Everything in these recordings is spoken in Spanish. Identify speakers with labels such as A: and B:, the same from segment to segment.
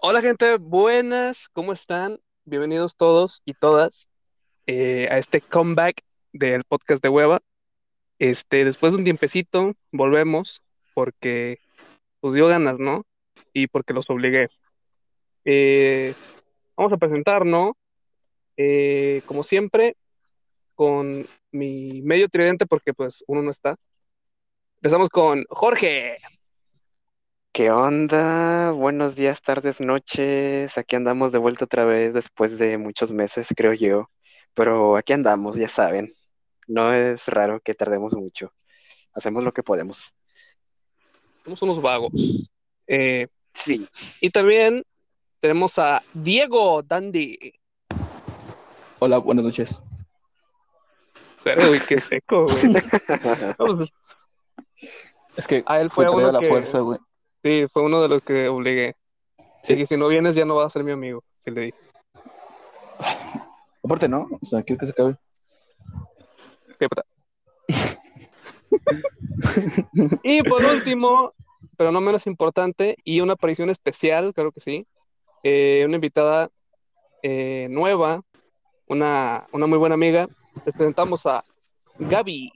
A: Hola gente, buenas, ¿cómo están? Bienvenidos todos y todas eh, a este comeback del podcast de Hueva. Este, después de un tiempecito, volvemos porque pues dio ganas, ¿no? Y porque los obligué. Eh, vamos a presentarnos, eh, como siempre, con mi medio tridente porque pues uno no está. Empezamos con Jorge.
B: ¿Qué onda? Buenos días, tardes, noches. Aquí andamos de vuelta otra vez después de muchos meses, creo yo. Pero aquí andamos, ya saben. No es raro que tardemos mucho. Hacemos lo que podemos.
A: Somos unos vagos. Eh,
B: Sí.
A: y también tenemos a Diego Dandy.
C: Hola, buenas noches.
A: Pero, Uy, qué seco, güey. No, pues,
C: Es que
A: A él
C: Ah,
A: fue
C: fue traído a
A: uno
C: la
A: que-
C: fuerza, güey.
A: Sí, fue uno de los que obligué.
C: Sí.
A: Sí. que si no vienes ya no vas a ser mi amigo, sí le dije.
C: Aparte, ¿no? O sea, quiero que se acabe.
A: Qué puta. y por último, pero no menos importante, y una aparición especial, claro que sí, eh, una invitada eh, nueva, una, una muy buena amiga, les presentamos a Gaby.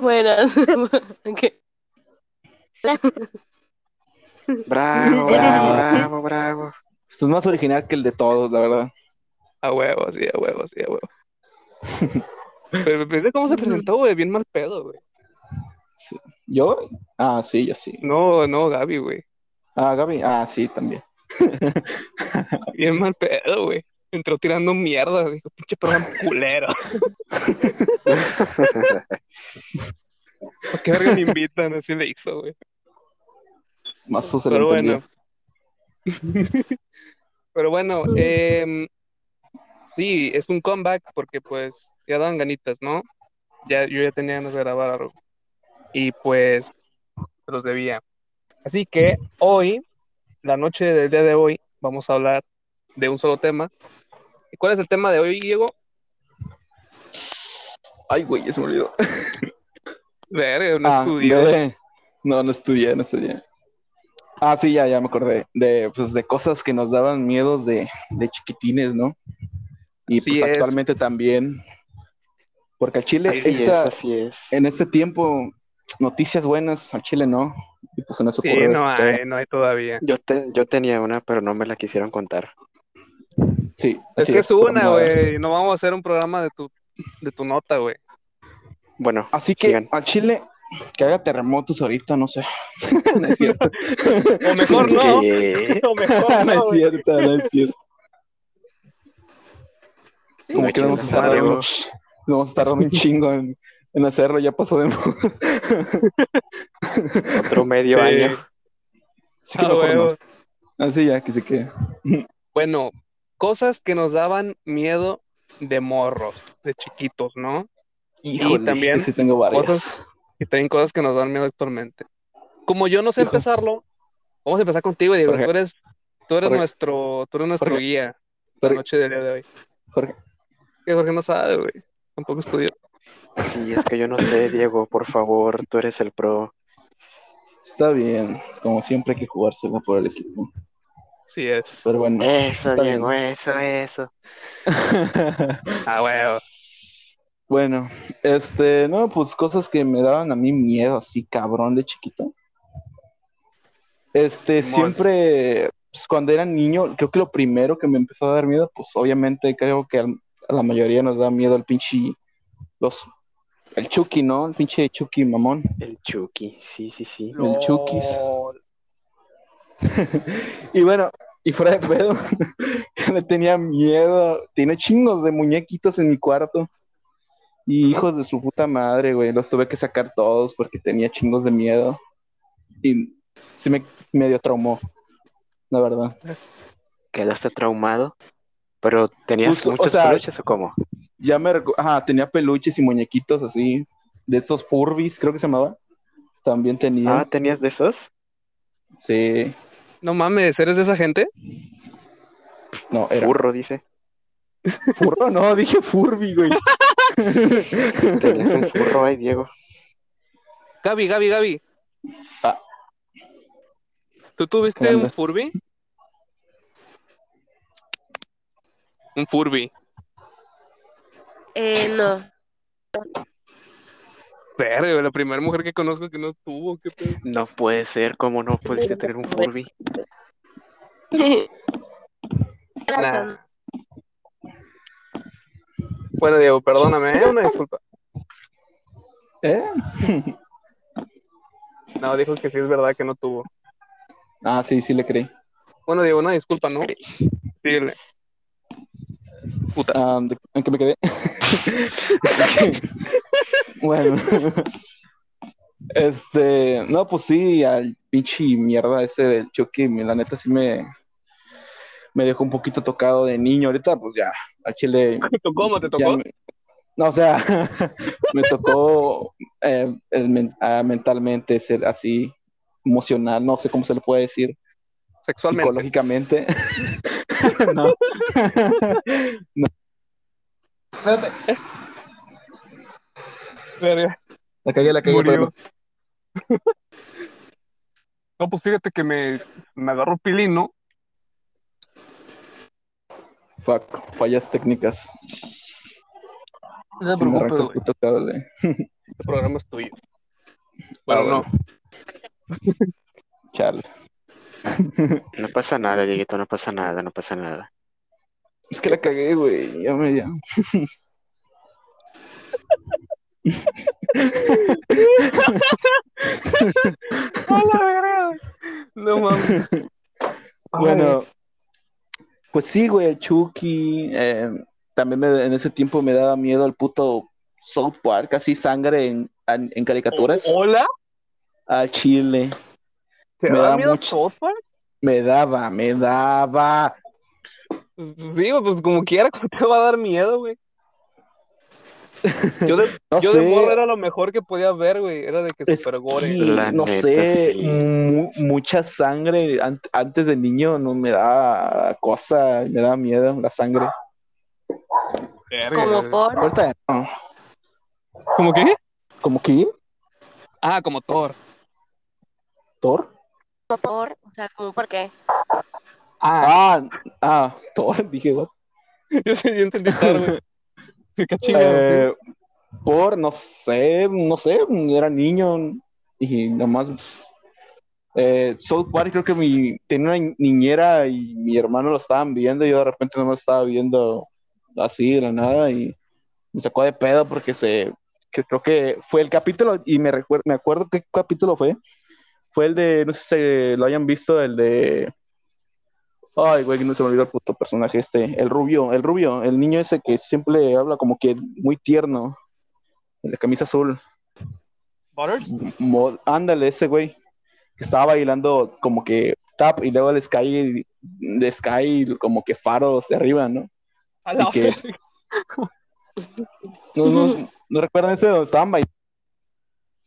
D: Buenas. Ok.
B: Bravo, bravo, bravo, bravo.
C: Esto es más original que el de todos, la verdad.
A: A huevos, sí, a huevos, sí, a huevos. Pero pues, ¿viste cómo se presentó, güey? Bien mal pedo, güey.
C: ¿Yo? Ah, sí, yo sí.
A: No, no, Gaby, güey.
C: Ah, Gaby. Ah, sí, también.
A: Bien mal pedo, güey. Entró tirando mierda, dijo, pinche programa culero. ¿Por qué verga me invitan? Así le hizo, güey.
C: Más su se lo
A: Pero bueno.
C: entendió.
A: Pero bueno, em, sí, es un comeback porque pues ya daban ganitas, ¿no? Ya, yo ya tenía ganas de grabar algo. Y pues se los debía. Así que hoy, la noche del día de hoy, vamos a hablar de un solo tema. ¿Y cuál es el tema de hoy, Diego?
C: Ay, güey, ya se me olvidó.
A: Verga, no
C: Ah,
A: estudié.
C: de- No, no estudié, no estudié. Ah, sí, ya, ya me acordé. De, pues, de cosas que nos daban miedos de, de chiquitines, ¿no? Y
A: Así es.
C: pues actualmente también. Porque al Chile,
B: Así es,
C: esta,
B: así es.
C: en este tiempo, noticias buenas, al Chile no. Y pues en eso
A: Sí, no hay, no hay todavía.
B: Yo, te- yo tenía una, pero no me la quisieron contar.
C: Sí,
A: Es
C: así
A: que es una,
C: pero no-
A: güey. No vamos a hacer un programa de tu, de tu nota, güey.
B: Bueno,
C: Así que
B: Sigan.
C: al Chile, que haga terremotos ahorita, no sé. no es cierto.
A: O mejor no.
B: ¿qué?
A: O mejor
C: no
A: no.
C: es
A: güey.
C: cierto, no es cierto.
A: Sí,
C: Como
A: güey,
C: que vamos a
A: chinga
C: estar
A: madre, güey.
C: tardando, nos vamos a tardar un chingo en, en hacerlo, ya pasó de moda.
B: Otro
C: Este,
B: medio
A: Sí.
B: año.
C: Así que
A: Ah,
C: mejor
A: güey.
C: pues no. Así ya, que se quede.
A: Bueno, cosas que nos daban miedo de morros, de chiquitos, ¿no?
C: Híjole,
A: también
C: yo sí tengo varias.
A: cosas- Y también cosas que nos dan miedo actualmente. Como yo no sé
C: Hijo.
A: empezarlo, vamos a empezar contigo, Diego.
C: Jorge.
A: Tú eres, tú eres
C: Jorge.
A: nuestro, tú eres nuestro
C: Jorge.
A: guía la
C: Jorge.
A: noche del día de hoy.
C: Jorge.
A: Que Jorge no sabe, güey. Tampoco estudió.
B: Sí, es que yo no sé, Diego, por favor, tú eres el pro.
C: Está bien, como siempre hay que jugársela por el equipo.
A: Sí es.
C: Pero bueno,
B: Eso,
C: está
B: Diego, eso, eso.
C: bien.
A: Ah, huevo.
C: Bueno, este, no, pues cosas que me daban a mí miedo, así cabrón de chiquito. Este,
A: Simón.
C: siempre, pues cuando era niño, creo que lo primero que me empezó a dar miedo, pues obviamente creo que al- a la mayoría nos da miedo el pinche, los, el Chucky, ¿no? El pinche Chucky mamón.
B: El Chucky, sí, sí, sí.
C: El Chukis. Y bueno, y fuera de pedo, yo le tenía miedo. Tiene chingos de muñequitos en mi cuarto. Y hijos de su puta madre, güey. Los tuve que sacar todos porque tenía chingos de miedo. Y sí me medio traumó, la verdad.
B: Quedaste traumado, pero tenías
C: Justo, o
B: muchos
C: sea-
B: peluches o cómo?
C: Ya me recu- Ajá, tenía peluches y muñequitos así. De esos Furbies, creo que se llamaba. También tenía.
B: Ah, ¿tenías de esos?
C: sí.
A: No mames, ¿eres de esa gente?
C: No, era.
B: Furro, dice.
C: Furro, no, dije Furby, güey.
B: Tenías un furro ahí, Diego.
A: Ah. Gaby, Gaby, Gaby.
C: Ah.
A: ¿Tú tuviste
C: ¿Qué
A: un
C: onda?
A: Furby? Un Furby.
D: Eh, no.
A: Verga, la primera mujer que conozco que no tuvo, qué pedo.
B: No puede ser, ¿cómo no pudiste tener un Furby?
A: Nah. Bueno, Diego, perdóname, ¿eh? una disculpa.
C: ¿Eh?
A: No, dijo que sí es verdad que no tuvo.
C: Ah, sí, sí le creí.
A: Bueno, Diego, una disculpa, ¿no? Síguele. Puta.
C: Ah, ¿de- ¿En qué me quedé? bueno. Este, no, pues sí, al pinche mierda ese del Chucky, me- la neta sí me, me dejó un poquito tocado de niño. Ahorita, pues ya, a Chile.
A: ¿Ah, ¿Te tocó o no te
C: ya
A: tocó?
C: me- no, o sea, me tocó eh, el men- ah, mentalmente ser así, emocional, no sé cómo se le puede decir
A: Sexualmente.
C: psicológicamente. no. No. Espérate.
A: Verga,
C: La cagué, la cagué.
A: murió.
C: perdón.
A: No, pues fíjate que me, me agarró pilino.
C: Fuck, fallas técnicas.
A: No te
C: Se
A: preocupes,
C: me arrancó el
A: güey,
C: puto cable.
A: Este programa es tuyo.
C: Ah,
A: Bueno,
C: bueno.
A: no.
C: Chale.
B: No pasa nada, Dieguito, no pasa nada, no pasa nada.
C: Es que la cagué, güey. Ya me ya.
A: No mames.
C: Bueno, pues sí, güey, el Chucky. eh, también me- en ese tiempo me daba miedo el puto South Park, así sangre en, en- en caricaturas.
A: ¿Hola?
C: Al chile.
A: ¿Te
C: Me
A: da,
C: da
A: miedo
C: mucho.
A: South Park?
C: Me daba, me daba.
A: Pues, pues, Sí, güey, pues como quiera, ¿cómo te va a dar miedo, güey? Yo de,
C: No
A: yo
C: sé.
A: de morro era lo mejor que podía ver, güey. Era de que
C: Es
A: super gore.
C: que,
B: La
C: no
B: neta,
C: sé,
B: sí.
C: mu- mucha sangre an- antes de niño no me da cosa, me da miedo la sangre.
A: Verga,
D: Como
A: güey.
D: por.
C: Ahorita ya no.
A: ¿Cómo qué?
C: ¿Como que
A: Ah, como Thor.
C: Thor?
D: por o sea, como por qué.
A: Ah,
C: Ah, ah, Thor, dije, what?
A: yo sí yo entendí Thor, güey. Qué chingado.
C: Eh, por, no sé, no sé, era niño y nomás. Eh, South Park creo que mi, tenía una niñera y mi hermano lo estaban viendo y yo de repente nomás lo estaba viendo así de la nada y me sacó de pedo porque se que creo que fue el capítulo y me recuer- me acuerdo qué capítulo fue fue el de no sé si lo hayan visto el de ay güey no se me olvidó el puto personaje este el rubio el rubio el niño ese que siempre habla como que muy tierno el de camisa azul
A: ¿Butters?
C: Mo- ándale ese güey que estaba bailando como que tap y luego el sky de sky como que faros de arriba no
A: A la
C: ¿Y qué es? no, no, no recuerdan ese donde estaban bailando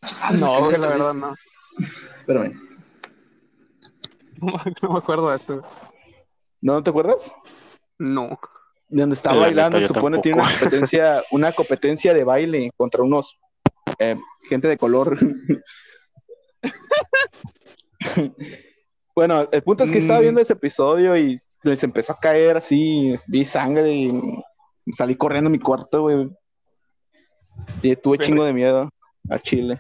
A: Ah, No, güey, la verdad no.
C: Espérame.
A: No, me- no me acuerdo de eso.
C: ¿No te acuerdas?
A: No.
C: De donde está
B: La
C: bailando,
B: neta, yo
C: supone tiene una competencia, una competencia de baile contra unos eh, gente de color. bueno, el punto es que estaba
A: Mm.
C: viendo ese episodio y les empezó a caer así, vi sangre y salí corriendo a mi cuarto, güey. Y tuve
A: Verga.
C: chingo de miedo a Chile.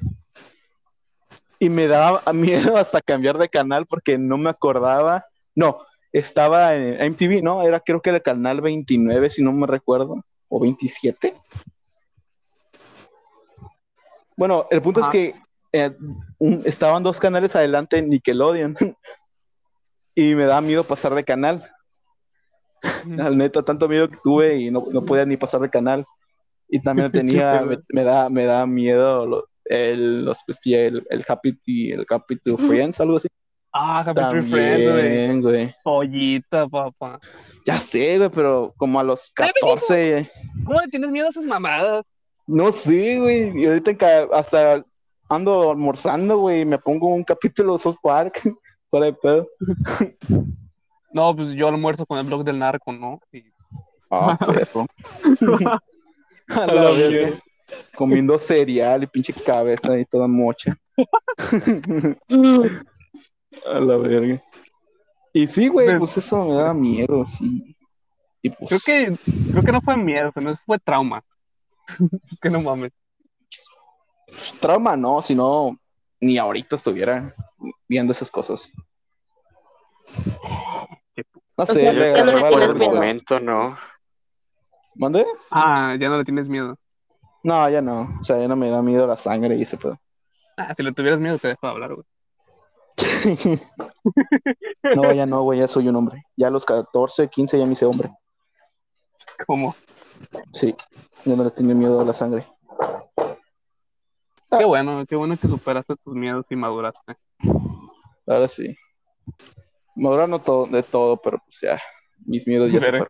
C: Y me daba miedo hasta cambiar de canal porque no me acordaba. No, estaba en MTV, ¿no? Era creo que el canal 29, si no me recuerdo, o 27. Bueno, el punto
A: Ajá.
C: es que eh, un- estaban dos canales adelante en Nickelodeon y me daba miedo pasar de canal. Al neta, tanto miedo que tuve y no, no podía ni pasar de canal. Y también tenía, me, me da, me da miedo lo- el, los, pues, que el, el Happy, y el Happy to Friends, algo así.
A: Ah, Happy Tree Friends, güey.
C: También, güey.
A: Pollita, papá.
C: Ya sé, güey, pero como a los 14.
A: ¿Cómo le tienes miedo a esas mamadas?
C: No sé, güey. Y ahorita en ca- hasta ando almorzando, güey. y Me pongo un capítulo de South Park. Fuera de pedo.
A: No, pues yo almuerzo con el blog del narco, ¿no? Y-
C: Ah, perro. A la verga. Comiendo cereal y pinche cabeza y toda mocha. A la verga. Y sí, güey,
A: Pero-
C: pues eso me daba miedo, sí. Y pues,
A: Creo que, creo que no fue miedo, no fue trauma. es que no mames.
C: pues, trauma no, si no, ni ahorita estuviera viendo esas cosas. No sé,
D: sea,
C: le
D: ya no le
C: agarraba
B: por
D: tienes
B: el
C: algo.
D: miedo.
B: momento, no.
C: ¿Mande?
A: Ah, ya no le tienes miedo.
C: No, ya no. O sea, ya no me da miedo la sangre y ese pedo.
A: Ah, si le tuvieras miedo te dejo de hablar, güey.
C: No, ya no, güey, ya soy un hombre. Ya a los 14, 15 ya me hice hombre.
A: ¿Cómo?
C: Sí, ya no le tenía miedo a la sangre.
A: Qué bueno, qué bueno que superaste tus miedos y maduraste.
C: Ahora sí. Ahora no todo, de todo, pero pues ya. Mis miedos ya se
A: Verga.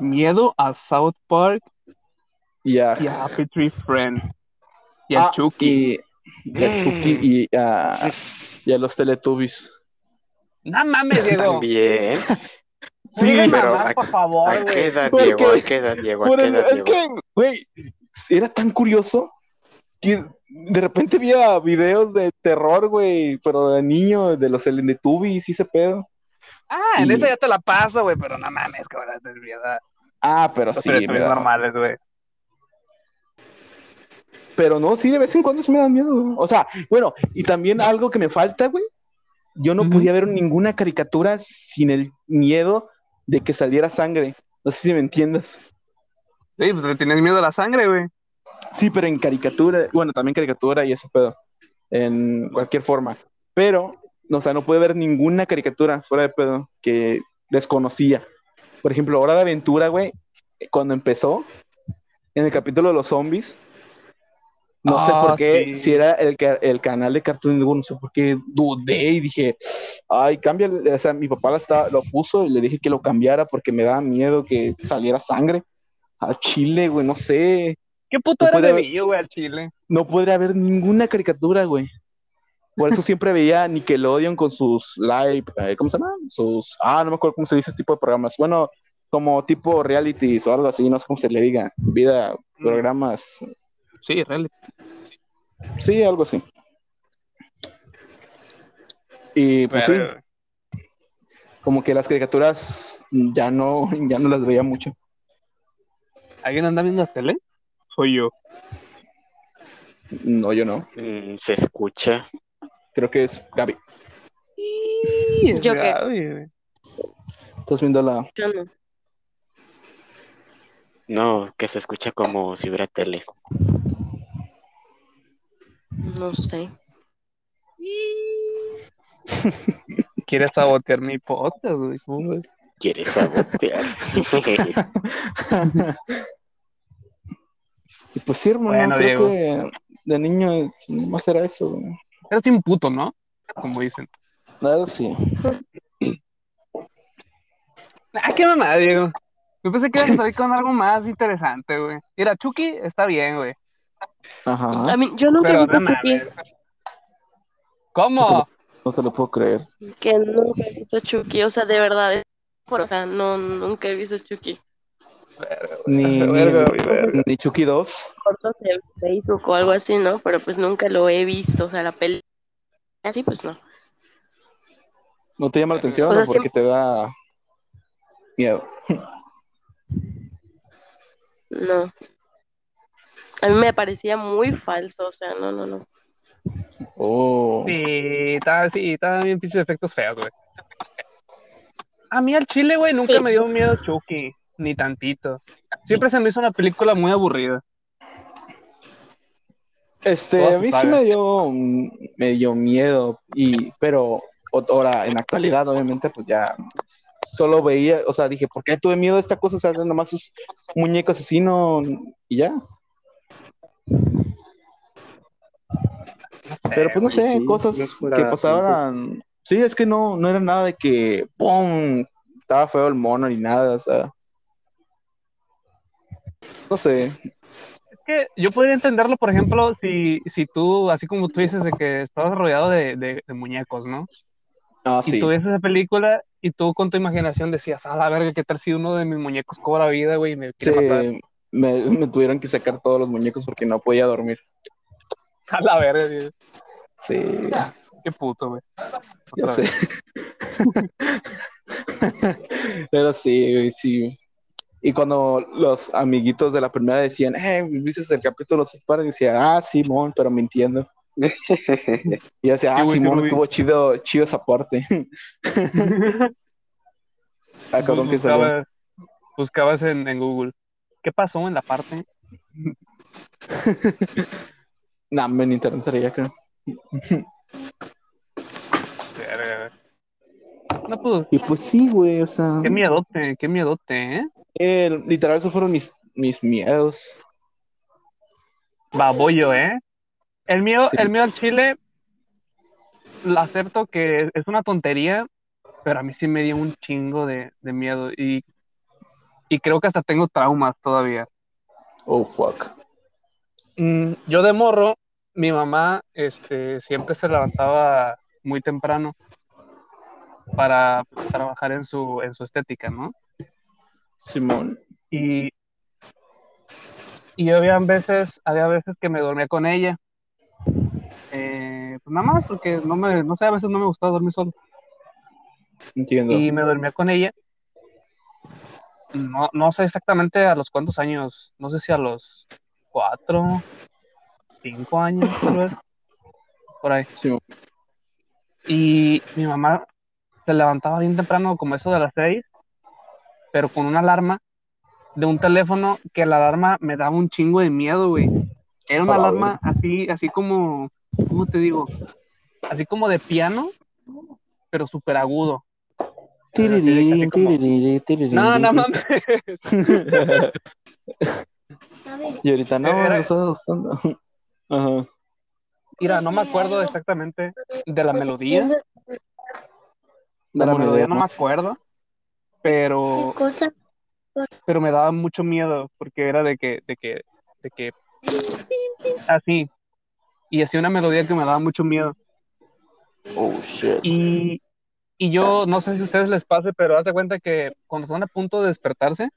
A: Miedo a South Park
C: fueron. Y a,
A: y a Happy Tree Friend. Y a
C: Ah,
A: Chucky.
C: Y, y a Chucky y a, y a los Teletubbies.
A: No mames, Diego.
B: También.
A: No digas
B: Sí, pero
A: mamá,
B: a-
A: por favor,
B: ¿A qué
A: güey.
B: edad
C: ¿Por
B: llegó?
C: qué?
B: ¿A qué edad llegó? ¿A
C: Por
B: qué
C: el-
B: edad
C: es
B: llegó?
C: que, güey, era tan curioso que de repente había videos de terror, güey, pero de niño, de los Teletubbies y ese pedo.
A: Ah, en
C: Y-
A: esta ya te la paso, güey, pero no mames, que ahora es desviada.
C: Ah, pero sí,
A: Pero
C: me
A: son
C: da-
A: normales, güey.
C: Pero no, sí, de vez en cuando sí me da miedo. güey. O sea, bueno, y también algo que me falta, güey. Yo no
A: Ujú.
C: podía ver ninguna caricatura sin el miedo de que saliera sangre. No sé si me entiendas.
A: Sí, pues le tienes miedo a la sangre, güey.
C: Sí, pero en caricatura, bueno, también caricatura y ese pedo. En cualquier forma. Pero, no, o sea, no pude ver ninguna caricatura fuera de pedo que desconocía. Por ejemplo, Hora de Aventura, güey, cuando empezó, en el capítulo de los zombies, no sé
A: Ah,
C: por qué,
A: sí.
C: si era el, ca- el canal de Cartoon Network, no sé por qué dudé y dije, ay, cambia, o sea, mi papá la estaba- lo puso y le dije que lo cambiara porque me daba miedo que saliera sangre. Al chile, güey, no sé.
A: ¿Qué puto
C: Te
A: era
C: puede
A: de
C: haber-
A: niño, güey, al chile?
C: no podría haber ninguna caricatura, güey. Por eso siempre veía Nickelodeon con sus live, eh, ¿cómo se llama? Sus, ah, no me acuerdo cómo se dice ese tipo de programas. Bueno, como tipo realities o algo así, no sé cómo se le diga. Vida,
A: Mm.
C: programas,
A: Sí, realmente.
C: sí, algo así. Y pues sí, como que las caricaturas ya no, ya no las veía mucho.
A: ¿Alguien anda viendo la tele? Soy yo.
C: No, yo no.
B: Mm, se escucha.
C: Creo que es Gaby.
A: es
D: ¿Yo qué?
A: Gaby, güey.
C: Estás viendo la.
D: Yo no.
B: No, que se escucha como si hubiera tele.
D: No sé.
A: ¿Quieres sabotear mi podcast, güey? ¿Cómo, güey?
B: ¿Quieres sabotear?
C: Y pues sí, hermano,
A: Bueno,
C: creo que de niño más era eso, güey.
A: Eres un puto, ¿no? Como dicen.
C: La verdad, sí.
A: Ah, qué mamada, Diego. Yo pensé que ibas a salir con algo más interesante, güey. Mira, Chucky está bien, güey.
C: Ajá.
D: A mí, yo nunca
A: ¿Ah? Pero eh.
D: vi
A: no
D: Chucky.
A: mames. ¿Cómo?
C: No te lo puedo creer.
D: Que nunca he visto Chucky. O sea, de verdad. es- por- O sea, no, nunca he visto Chucky.
C: Ni, ni,
A: Verga, güey, verga.
C: ni Chucky 2.
D: Cortos en Facebook o algo así, ¿no? Pero pues nunca lo he visto. O sea, la peli. Así pues no.
C: ¿No te llama la atención
D: O sea,
C: ¿no? porque te da miedo?
D: No. A mí me parecía muy falso. O sea, no, no, no.
C: Oh.
A: Sí, estaba, sí, estaba bien pinches efectos feos, güey. A mí al chile, güey, nunca
D: Sí.
A: me dio miedo Chucky, ni tantito. Siempre se me hizo una película muy aburrida.
C: Este,
A: Todas
C: a mí sí
A: pagan.
C: me dio, mm, me dio miedo, y, pero o- ahora en la actualidad, obviamente, pues ya solo veía, o sea, dije, ¿por qué tuve miedo a esta cosa? O sea, nomás es muñeco asesino y ya.
A: No sé,
C: Pero pues no
B: güey,
C: sé,
B: sí,
C: cosas
B: no es fuera
C: que
B: de
C: pasaban. Sí, es que no, no era nada de que ¡pum! estaba feo el mono ni nada, o sea. No sé.
A: que yo podría entenderlo, por ejemplo, si, si tú, así como tú dices, de que estabas rodeado de, de- de muñecos, ¿no?
C: Ah,
A: Y
C: sí.
A: tú ves esa película y tú con tu imaginación decías, a la verga, ¿qué tal si uno de mis muñecos cobra vida, güey, y me
C: Sí,
A: quiere matar?
C: me, me tuvieron que sacar todos los muñecos porque no podía dormir.
A: A la verga, güey.
C: Sí,
A: Qué puto, güey.
C: ya
A: Otra
C: sé.
A: vez.
C: Pero sí, güey, sí. güey. Y cuando los amiguitos de la primera decían, eh, viste el capítulo de los Park, decía, ah, Simón, pero mintiendo. Y yo decía,
A: Sí,
C: ah,
A: güey,
C: Simón,
A: güey.
C: tuvo chido, chido esa parte. Ah, cabrón, que salió.
A: Buscaba- buscabas en, en Google. ¿Qué pasó en la parte?
C: Nah, hombre, en internet estaría, creo.
A: Verga, güey. No, pues,
C: Y pues sí, güey, o sea.
A: qué miedote, qué miedote, ¿eh?
C: el- literal, esos fueron mis, mis miedos.
A: Babollo, ¿eh? El mío,
C: Sí.
A: el mío al chile, lo acepto que es una tontería, pero a mí sí me dio un chingo de, de miedo y, y creo que hasta tengo traumas todavía.
C: Oh, fuck.
A: Mm, yo de morro, mi mamá, este, siempre se levantaba muy temprano para trabajar en su, en su estética, ¿no?
C: Simón.
A: Y, y había veces, había veces que me dormía con ella. Eh, pues nada más porque no me, no sé, a veces no me gustaba dormir solo.
C: Entiendo.
A: Y me dormía con ella. No, no sé exactamente a los cuántos años, no sé si a los cuatro, cinco años, tal vez, por ahí.
C: Simón.
A: Y mi mamá se levantaba bien temprano, como eso de las seis, pero con una alarma de un teléfono que la alarma me daba un chingo de miedo, güey. Era una
C: A la
A: alarma así, así como, ¿cómo te digo? Así como de piano, pero súper agudo. Así como- No, no mames.
C: Y ahorita no,
A: Era-
C: me estás asustando. Ajá.
A: Mira, no me acuerdo exactamente de la melodía. De la
C: Dame,
A: melodía no
C: ¿no?
A: me acuerdo. Pero, pero me daba mucho miedo porque era de que, de que, de que, así. Y hacía una melodía que me daba mucho miedo.
C: Oh, shit.
A: Y, y yo no sé si a ustedes les pase, pero haz de cuenta que cuando están a punto de despertarse,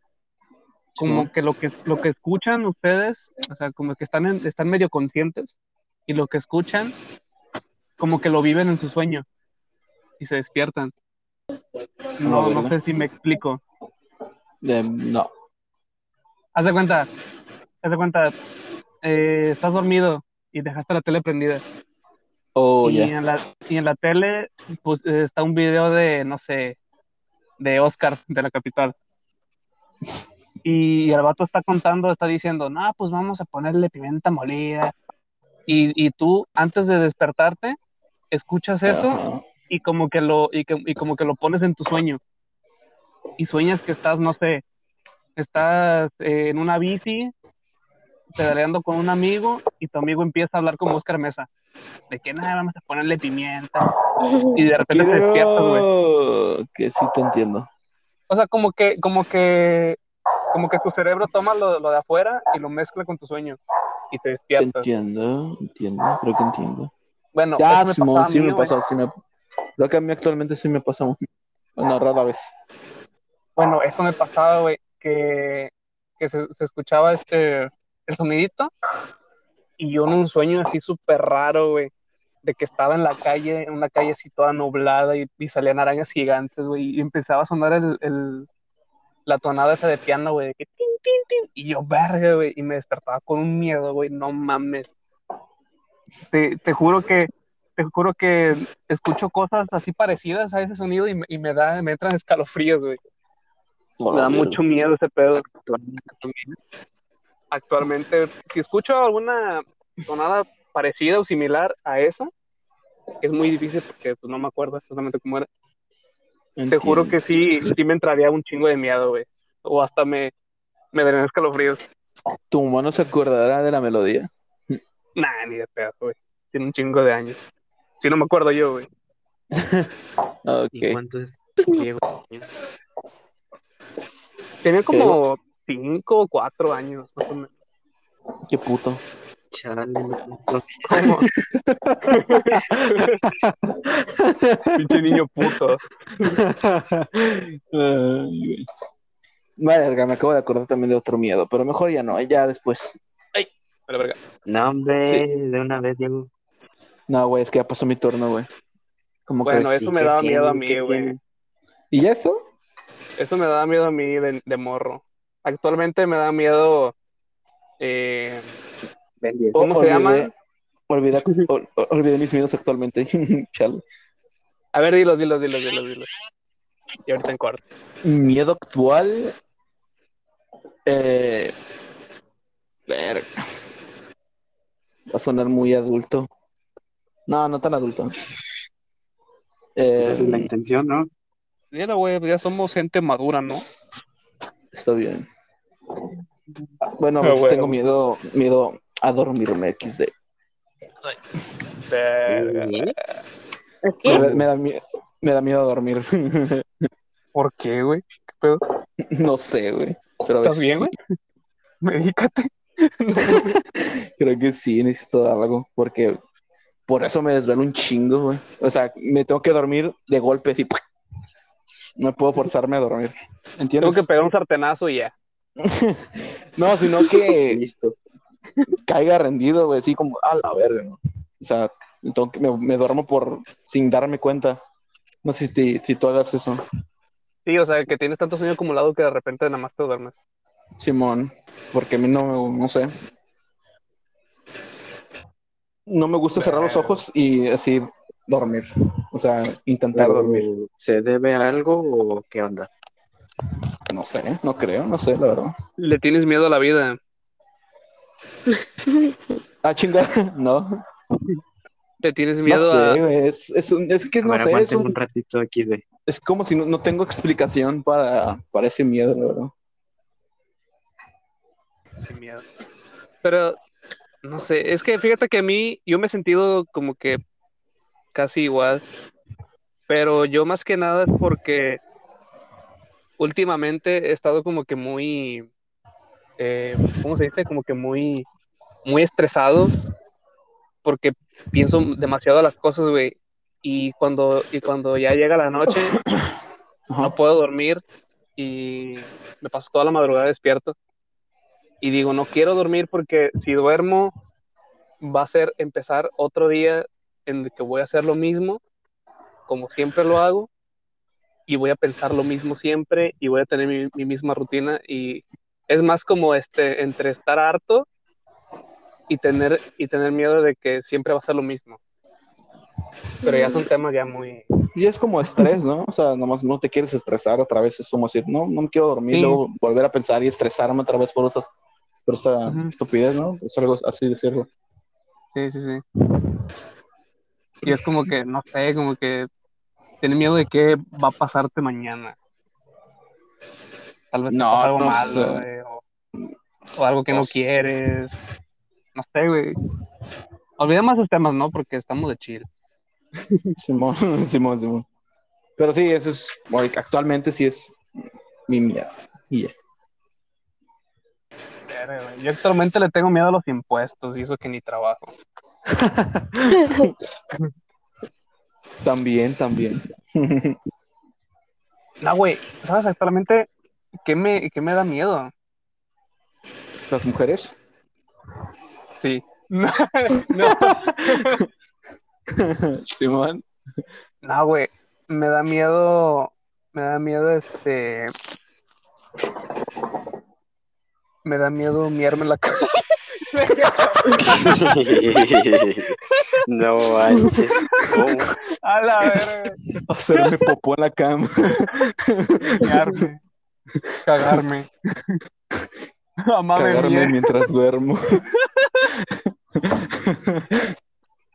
A: como
C: Sí.
A: que lo que lo que escuchan ustedes, o sea, como que están en- están medio conscientes y lo que escuchan como que lo viven en su sueño y se despiertan. No, no sé si me explico.
C: Eh, no.
A: Haz de cuenta, haz de cuenta, eh, estás dormido y dejaste la tele prendida.
C: Oh,
A: y,
C: ya.
A: en la, y en la tele pues, eh, está un video de, no sé, de Oscar de la capital. Y el vato está contando, está diciendo, no, pues vamos a ponerle pimienta molida. Y, y tú, antes de despertarte, escuchas eso
C: Ajá.
A: y como, que lo, y, que- y como que lo pones en tu sueño. Y sueñas que estás, no sé, estás eh, en una bici, pedaleando con un amigo y tu amigo empieza a hablar como Oscar Mesa. De que nada, vamos a ponerle pimienta. Y de repente te despiertas, güey.
C: Creo que sí te entiendo.
A: O sea, como que, como que, como que tu cerebro toma lo, lo de afuera y lo mezcla con tu sueño y te
C: Te
A: despiertas.
C: entiendo, entiendo, creo que entiendo.
A: Bueno,
C: ya,
A: eso me
C: Simón,
A: pasaba a
C: sí
A: mí,
C: me
A: güey.
C: pasó, sí me... Lo que a mí actualmente sí me pasa muy- Bueno, rara vez.
A: Bueno, eso me pasaba, güey, que, que se, se escuchaba este, el sonidito y yo en un sueño así súper raro, güey, de que estaba en la calle, en una calle así toda nublada y, y salían arañas gigantes, güey, y empezaba a sonar el, el- la tonada esa de piano, güey, de que tin, tin, tin, y yo, verga, güey, y me despertaba con un miedo, güey, no mames. Te, te juro que, te juro que escucho cosas así parecidas a ese sonido y, me- y me da, me entran escalofríos, güey. Me da mucho miedo ese pedo. Actualmente, si escucho alguna tonada parecida o similar a esa, que es muy difícil porque pues, no me acuerdo exactamente cómo era. Te juro que sí, sí me entraría un chingo de miedo, güey. O hasta me, me darían escalofríos.
C: Tu mano se acordará de la melodía.
A: Nah, ni de pedo, güey. Tiene un chingo de años. Si no me acuerdo yo, güey.
E: ¿Y
C: Ok.
E: cuánto es griego? Es-
A: Tenía como cinco o cuatro años, más o menos.
C: Qué puto.
E: Chale, no, no.
A: ¿Cómo? Pinche niño puto.
C: Ay, güey. Verga, me acabo de acordar también de otro miedo, pero mejor ya no, ya después.
A: A la verga.
E: No, hombre, de una vez, Diego.
C: No, güey, es que ya pasó mi turno, güey. Como
A: Bueno,
C: crees?
A: eso me daba miedo a mí, güey.
C: ¿Y ya esto?
A: Eso me daba miedo a mí de, de morro. Actualmente me da miedo. eh, ¿Cómo se llama?
C: Olvidé, ol- ol- olvidé mis miedos actualmente. Chale.
A: A ver, dilos, dilos, dilos, dilos, dilos. Y ahorita en corto.
C: Miedo actual. Eh. verga. Va a sonar muy adulto. No, no tan adulto. Eh,
E: Esa es la intención, ¿no?
A: Mira, güey, ya somos gente madura, ¿no?
C: Está bien. Bueno, a
A: Ah,
C: veces tengo miedo, miedo a dormirme, XD. Me,
A: eh,
D: ¿Qué?
C: da- me da, mie- me da miedo a dormir.
A: ¿Por qué, güey? ¿Qué pedo?
C: no sé, güey. Pero a
A: ¿Estás bien,
C: veces sí.
A: güey? Medícate.
C: Creo que sí, necesito algo, porque por eso me desvelo un chingo, güey. O sea, me tengo que dormir de golpe, así. ¡pac! No puedo forzarme a dormir.
A: Tengo
C: ¿Entiendes?
A: que pegar un sartenazo y ya.
C: No, sino que
E: Listo.
C: caiga rendido, güey, así como a la verga, ¿no? O sea, tengo que- me, me duermo por sin darme cuenta. No sé si, te- si tú hagas eso,
A: Sí, o sea, que tienes tanto sueño acumulado que de repente nada más te duermes.
C: Simón, porque a mí no me, no sé. No me gusta cerrar los ojos y así dormir. O sea, intentar dormir.
E: ¿Se debe a algo o qué onda?
C: No sé, no creo, no sé, la verdad.
A: Le tienes miedo a la vida.
C: Ah, chinga, no.
A: Le tienes
C: No
A: miedo
C: sé,
A: a.
C: güey, es, es, un- es que
E: A
C: Pues no
E: ver,
C: sé, es,
E: aguanten
C: un-
E: un ratito aquí de...
C: es como si no, no tengo explicación para, para ese miedo, la verdad.
A: miedo. Pero, no sé, es que fíjate que a mí, yo me he sentido como que casi igual, pero yo más que nada es porque últimamente he estado como que muy, eh, ¿cómo se dice? Como que muy, muy estresado porque pienso demasiado las cosas, güey. Y cuando, y cuando ya llega la noche, no
C: Ajá.
A: puedo dormir y me paso toda la madrugada despierto. Y digo, no quiero dormir porque si duermo va a ser empezar otro día en el que voy a hacer lo mismo, como siempre lo hago, y voy a pensar lo mismo siempre y voy a tener mi, mi misma rutina. Y es más como este, entre estar harto y tener, y tener miedo de que siempre va a ser lo mismo. Pero ya son temas ya muy...
C: Y es como estrés, ¿no? O sea, nomás no te quieres estresar otra vez, es como decir, no, no me quiero dormir,
A: Sí.
C: luego volver a pensar y estresarme otra vez por esas por esa
A: Ujú.
C: estupidez, ¿no? Es algo así decirlo.
A: Sí, sí, sí. Y es como que, no sé, como que tener miedo de qué va a pasarte mañana. Tal vez te
C: No,
A: pasa algo
C: no
A: malo,
C: sé. Pues
A: güey, o, o algo que no
C: No sé.
A: quieres. No sé, güey. Olvidemos esos temas, ¿no? Porque estamos de chill.
C: Simón, Simón, Simón. Pero sí, eso es, actualmente sí es mi miedo. Y ya.
A: Pero, güey, Yo actualmente le tengo miedo a los impuestos y eso que ni trabajo.
C: También, también.
A: No, güey, ¿sabes actualmente qué me, qué me da miedo?
C: Las mujeres.
A: Sí. No, no.
C: Simón.
A: No, güey, me da miedo, me da miedo este, me da miedo miarme la cara.
B: No manches. ¿Cómo?
A: A la verga,
C: Hacerme popó en la cama.
A: miarme, cagarme. Mamá me
C: Cagarme
A: mía,
C: mientras duermo.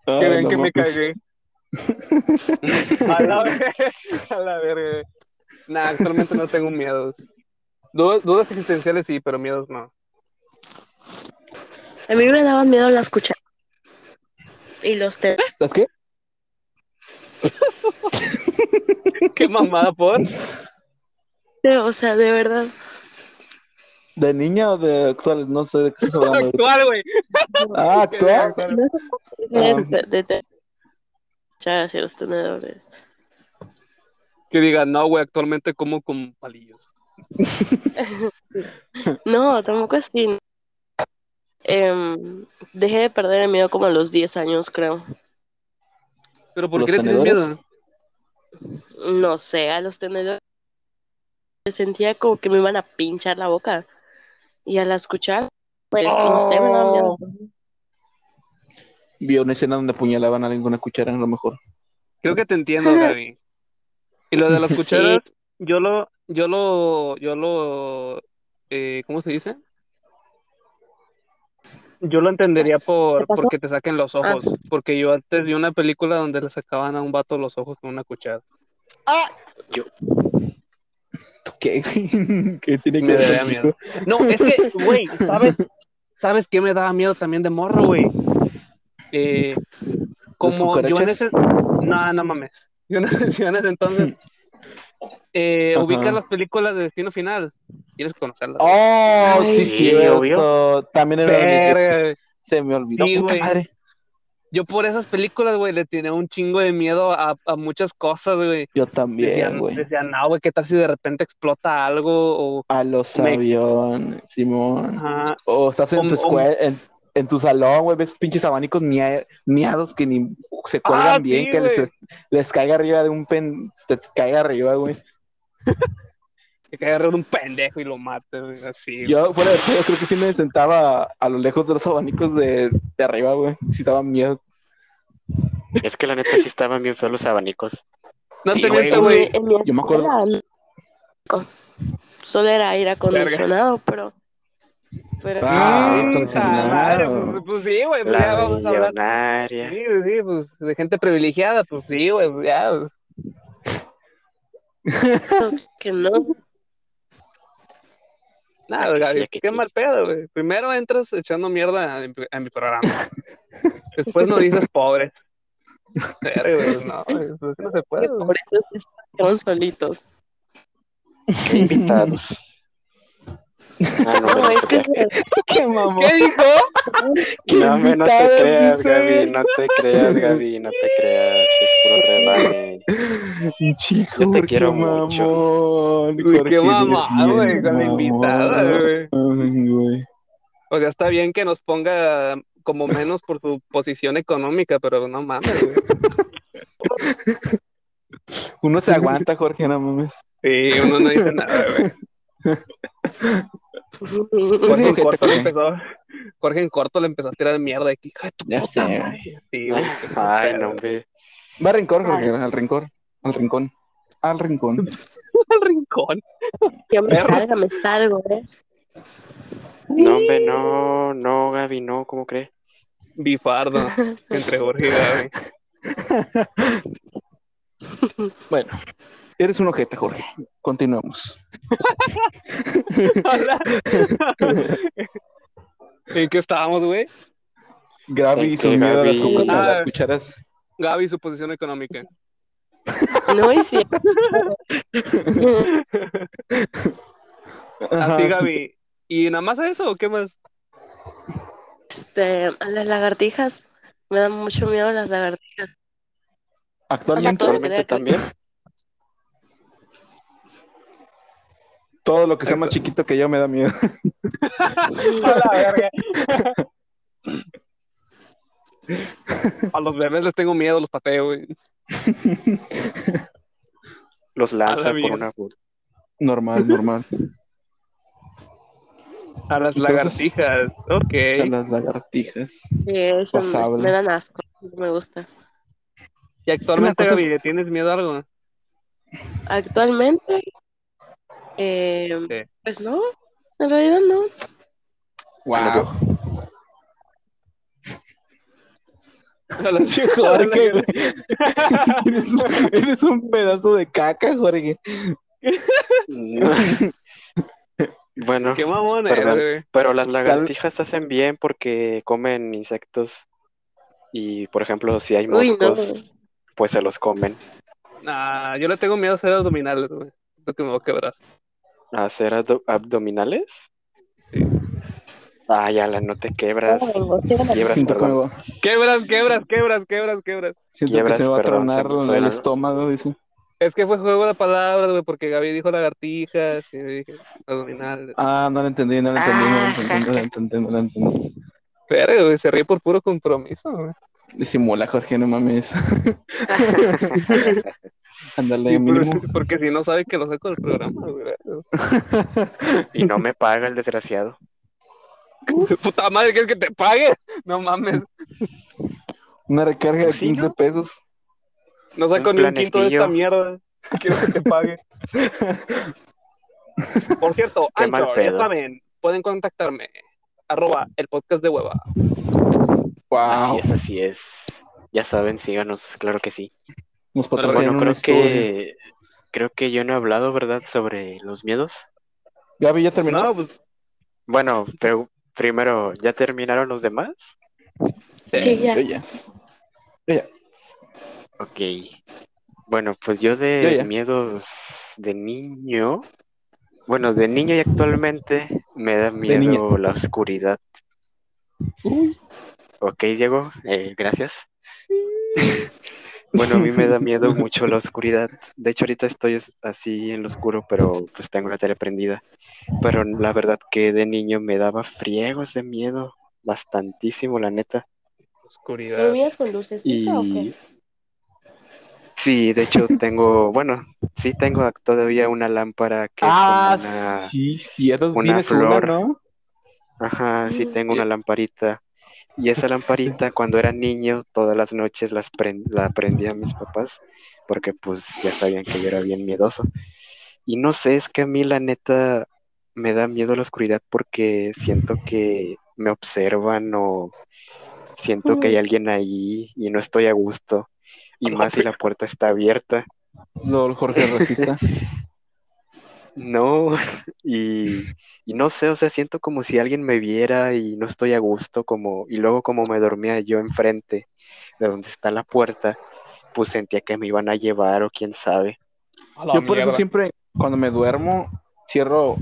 A: que vean que me
C: pues,
A: cagué. A la verga, a la verga. güey. Nah, actualmente no tengo miedos. Dudas, dudas existenciales sí, pero miedos no.
D: A mí me daban miedo las cucharas. Y los te...
C: ¿Las qué?
A: Qué mamada, por.
D: O sea, de verdad.
C: Ah, ¿De niña o de actual? No sé de qué estás hablando. ahorita.
A: Actual, güey.
C: Ah, actual.
D: De, de- de- cucharas y los tenedores.
A: Que diga, no, güey, actualmente como con palillos.
D: No, tampoco así. Em, dejé de perder el miedo como a los 10 años, creo.
A: ¿Pero por qué le
C: ¿Los
A: tienes
C: tenedores?
A: miedo?
D: No sé, a los tenedores me sentía como que me iban a pinchar la boca. Y al escuchar, pues no sé, me daba
C: Oh,
D: miedo.
C: Vio una escena donde apuñalaban a alguien con una cuchara, a lo mejor.
A: Creo que te entiendo, Gaby. Y lo de las cucharas, yo lo, yo lo, yo lo, eh, ¿cómo se dice? Yo lo entendería por
D: ¿Qué pasó?
A: porque te saquen los ojos, porque yo antes vi una película donde le sacaban a un vato los ojos con una cuchara.
C: ¿Tú ¿Qué? ¿Qué tiene que
A: Me
C: ver
A: daría
C: contigo?
A: miedo. No, es que, güey, ¿sabes? ¿Sabes qué me daba miedo también de morro, güey? Eh, como yo en
C: cucarachas?
A: ese... No, no mames. Yo en ese, yo en ese entonces... Eh,
C: Ajá.
A: ubicas las películas de Destino Final. ¿Quieres conocerlas? güey?
C: Oh,
D: Ay,
C: sí,
E: sí,
C: cierto. También era
A: Verga, güey.
C: Se me olvidó.
A: Sí,
C: puta
A: güey.
C: madre.
A: Yo por esas películas, güey, le tenía un chingo de miedo a, a muchas cosas, güey.
C: Yo
A: Decían,
C: también, güey.
A: decían, no, güey, ¿qué tal si de repente explota algo? O,
C: A los
A: Me-
C: aviones, Simón.
A: ajá,
C: O estás en
A: Om-
C: tu escuela, en, en tu salón, güey, ves pinches abanicos mia- miados que ni se cuelgan
A: Ah,
C: bien,
A: sí,
C: que les,
A: güey.
C: les caiga arriba de un pen, te caiga arriba, güey.
A: que agarrar un pendejo y lo mate, güey, así. güey.
C: Yo fuera de pedo, creo que sí me sentaba a, a lo lejos de los abanicos de, de arriba, güey. Sí daba miedo.
B: Es que la neta sí estaban bien feos los abanicos.
A: No
B: Sí,
A: te
B: güey,
A: miento,
D: En mi-
A: güey.
D: en mi
C: Yo me acuerdo.
D: escuela, no. Solo era aire acondicionado, pero. pero
C: Ah,
A: Mm,
C: acondicionado.
A: ta madre, pues, pues sí, güey, pues ya
B: La
A: vamos a hablar.
B: millonaria.
A: Sí, güey, sí, pues de gente privilegiada, pues sí, güey, pues, ya. güey.
D: que no.
A: Nada,
B: que sí,
A: Gaby,
B: la que
A: qué
B: sí.
A: mal pedo, güey. Primero entras echando mierda a mi, a mi programa. Después nos dices pobre. Verga, güey, no, güey, pues, no se puede.
D: que
A: güey.
D: por eso se estaban solitos.
B: Qué invitados. Ah, no,
D: No,
B: no,
D: es que.
C: ¡Qué mamón!
A: ¿Qué dijo?
C: ¡Qué
B: no, me- no te
C: invitados,
B: creas,
C: dice!
B: Gaby, no te creas, Gaby, no te creas, es puro rebane.
C: Chico,
B: Yo te
C: qué
B: quiero mucho.
C: mamón,
A: Uy,
C: Jorge,
A: qué
C: eres
A: mamá,
C: bien
A: güey, con la
C: mamón.
A: invitada, güey.
C: Ay, güey.
A: O sea, está bien que nos ponga como menos por su posición económica, pero no mames, güey.
C: Uno se aguanta, Jorge, no mames.
A: Sí, uno no dice nada, güey. Jorge, en
C: Sí,
A: corto
C: gente,
A: le empezó, Pues Jorge en corto le empezó a tirar mierda aquí. Hijo de tu
C: Ya
A: puta
C: sé,
A: madre. Sí, güey, qué
B: Ay,
A: pedo.
B: no, hombre.
C: Va al rincón, Jorge, al rincón, al rincón, al rincón.
A: Al rincón.
D: Yo me
A: Perro.
D: salga, me salgo, ¿eh?
B: No, hombre, no, no, Gaby, no, ¿cómo crees?
A: Bifardo entre Jorge y Gaby.
C: Bueno, eres un ojete, Jorge. Continuamos.
A: Hola. ¿En qué estábamos, güey?
C: Gaby
B: Thank
C: sus
B: you,
C: miedo a las,
B: Gaby.
C: cucu- a
A: Ah.
C: las cucharas.
A: Gaby, su posición económica.
D: No es cierto.
C: Ajá.
A: Así, Gaby. ¿Y nada más a eso o qué más?
D: Este, a las lagartijas. Me dan mucho miedo las lagartijas.
C: Actualmente, todo...
D: O sea, todo-
B: Actualmente también.
C: lo que sea más chiquito que yo me da miedo.
A: A la verga. A los bebés les tengo miedo, los pateo, güey.
B: Los lanza por
A: mierda.
B: una burla.
C: Normal, normal.
A: A las
C: Entonces-
A: lagartijas.
C: A
A: Ok.
C: las lagartijas.
D: Sí, eso me-
C: Pasable.
D: me dan asco. No me gusta.
A: Y actualmente,
C: Una cosa es-
A: Gaby, ¿le tienes miedo a algo?
D: Actualmente, eh,
A: Sí.
D: pues no, en realidad no.
C: Wow.
A: A las-
C: Jorge, güey. eres, un, eres un pedazo de caca, Jorge.
B: Bueno,
A: Qué mamón eres,
B: Perdón.
A: güey.
B: pero las lagartijas hacen bien porque comen insectos. Y, por ejemplo, si hay
D: Uy, no.
B: moscos, pues se los comen.
A: Nah, yo le tengo miedo a hacer abdominales, güey. Lo que me va a quebrar.
B: ¿Hacer abdo- abdominales?
A: Sí.
B: Ay, Alan, no te quebras.
D: Vengo, sí, vengo.
B: Quiebras,
C: Siento que me
B: perdón.
C: va,
A: Quebras, quebras, quebras, quebras, quebras.
C: siento
B: Quiebras,
C: que se me va a
B: perdón,
C: tronar
B: se me hizo
C: el
B: algo.
C: estómago, dice.
A: Es que fue juego de palabras, güey, porque Gaby dijo lagartijas y yo dije abdominales.
C: Ah, no lo entendí,
D: Ah,
C: no lo entendí, no lo entendí, no lo entendí, no lo entendí.
A: Pero, güey, se ríe por puro compromiso, güey.
C: Disimula, Jorge, no mames. Ándale, mínimo.
A: Por- pues, Porque si no sabe que lo saco del programa, güey.
B: Y no me paga el desgraciado.
A: Puta madre, ¿quieres que te pague? No mames.
C: Una recarga de
B: Pues sí,
C: 15
B: ¿no?
C: pesos.
A: No saco
B: Un
A: ni un quinto de
B: planecillo.
A: esta mierda. Quiero que te pague. Por cierto,
B: Qué mal
A: Anchor, ya
B: pedo.
A: saben, pueden contactarme. Arroba el podcast de hueva.
C: Wow.
B: Así es, así es. Ya saben, síganos, claro que sí.
C: Nos
A: Pero
C: patrocinan
B: Bueno,
C: un
B: creo
C: estudio.
B: que creo que yo no he hablado, ¿verdad? Sobre los miedos.
C: Gaby, ¿ya terminó?
A: No, pues,
B: Bueno, pero primero, ¿ya terminaron los demás? eh,
D: Sí, ya.
C: Yo ya. Yo ya.
B: Ok. Bueno, pues yo
C: Yo
B: de
C: ya.
B: miedos de niño. Bueno, de niño y actualmente me da miedo
C: niño.
B: la oscuridad.
C: Uy.
B: Ok, Diego, eh, gracias. Bueno, a mí me da miedo mucho la oscuridad. De hecho, ahorita estoy es- así en lo oscuro, pero pues tengo la tele prendida. Pero la verdad que de niño me daba friegos de miedo, bastantísimo, la neta.
A: oscuridad.
D: ¿Dormías con lucecita o qué?
B: Y sí, de hecho tengo, bueno, sí tengo ac- todavía una lámpara que
C: Ah,
B: es como una,
C: sí, cierto.
B: una
C: Tienes
B: flor.
C: una, ¿no?
B: ajá, sí tengo una lamparita. Y esa lamparita cuando era niño todas las noches las pren- la prendía a mis papás porque pues ya sabían que yo era bien miedoso. Y no sé, es que a mí la neta me da miedo la oscuridad porque siento que me observan o siento que hay alguien ahí y no estoy a gusto. Y más si la puerta está abierta.
C: Lol, Jorge racista.
B: No, y, y no sé, o sea, siento como si alguien me viera y no estoy a gusto, como, y luego como me dormía yo enfrente de donde está la puerta, pues sentía que me iban a llevar o quién sabe.
A: A la
C: Yo por eso
A: mierda.
C: siempre, cuando me duermo, cierro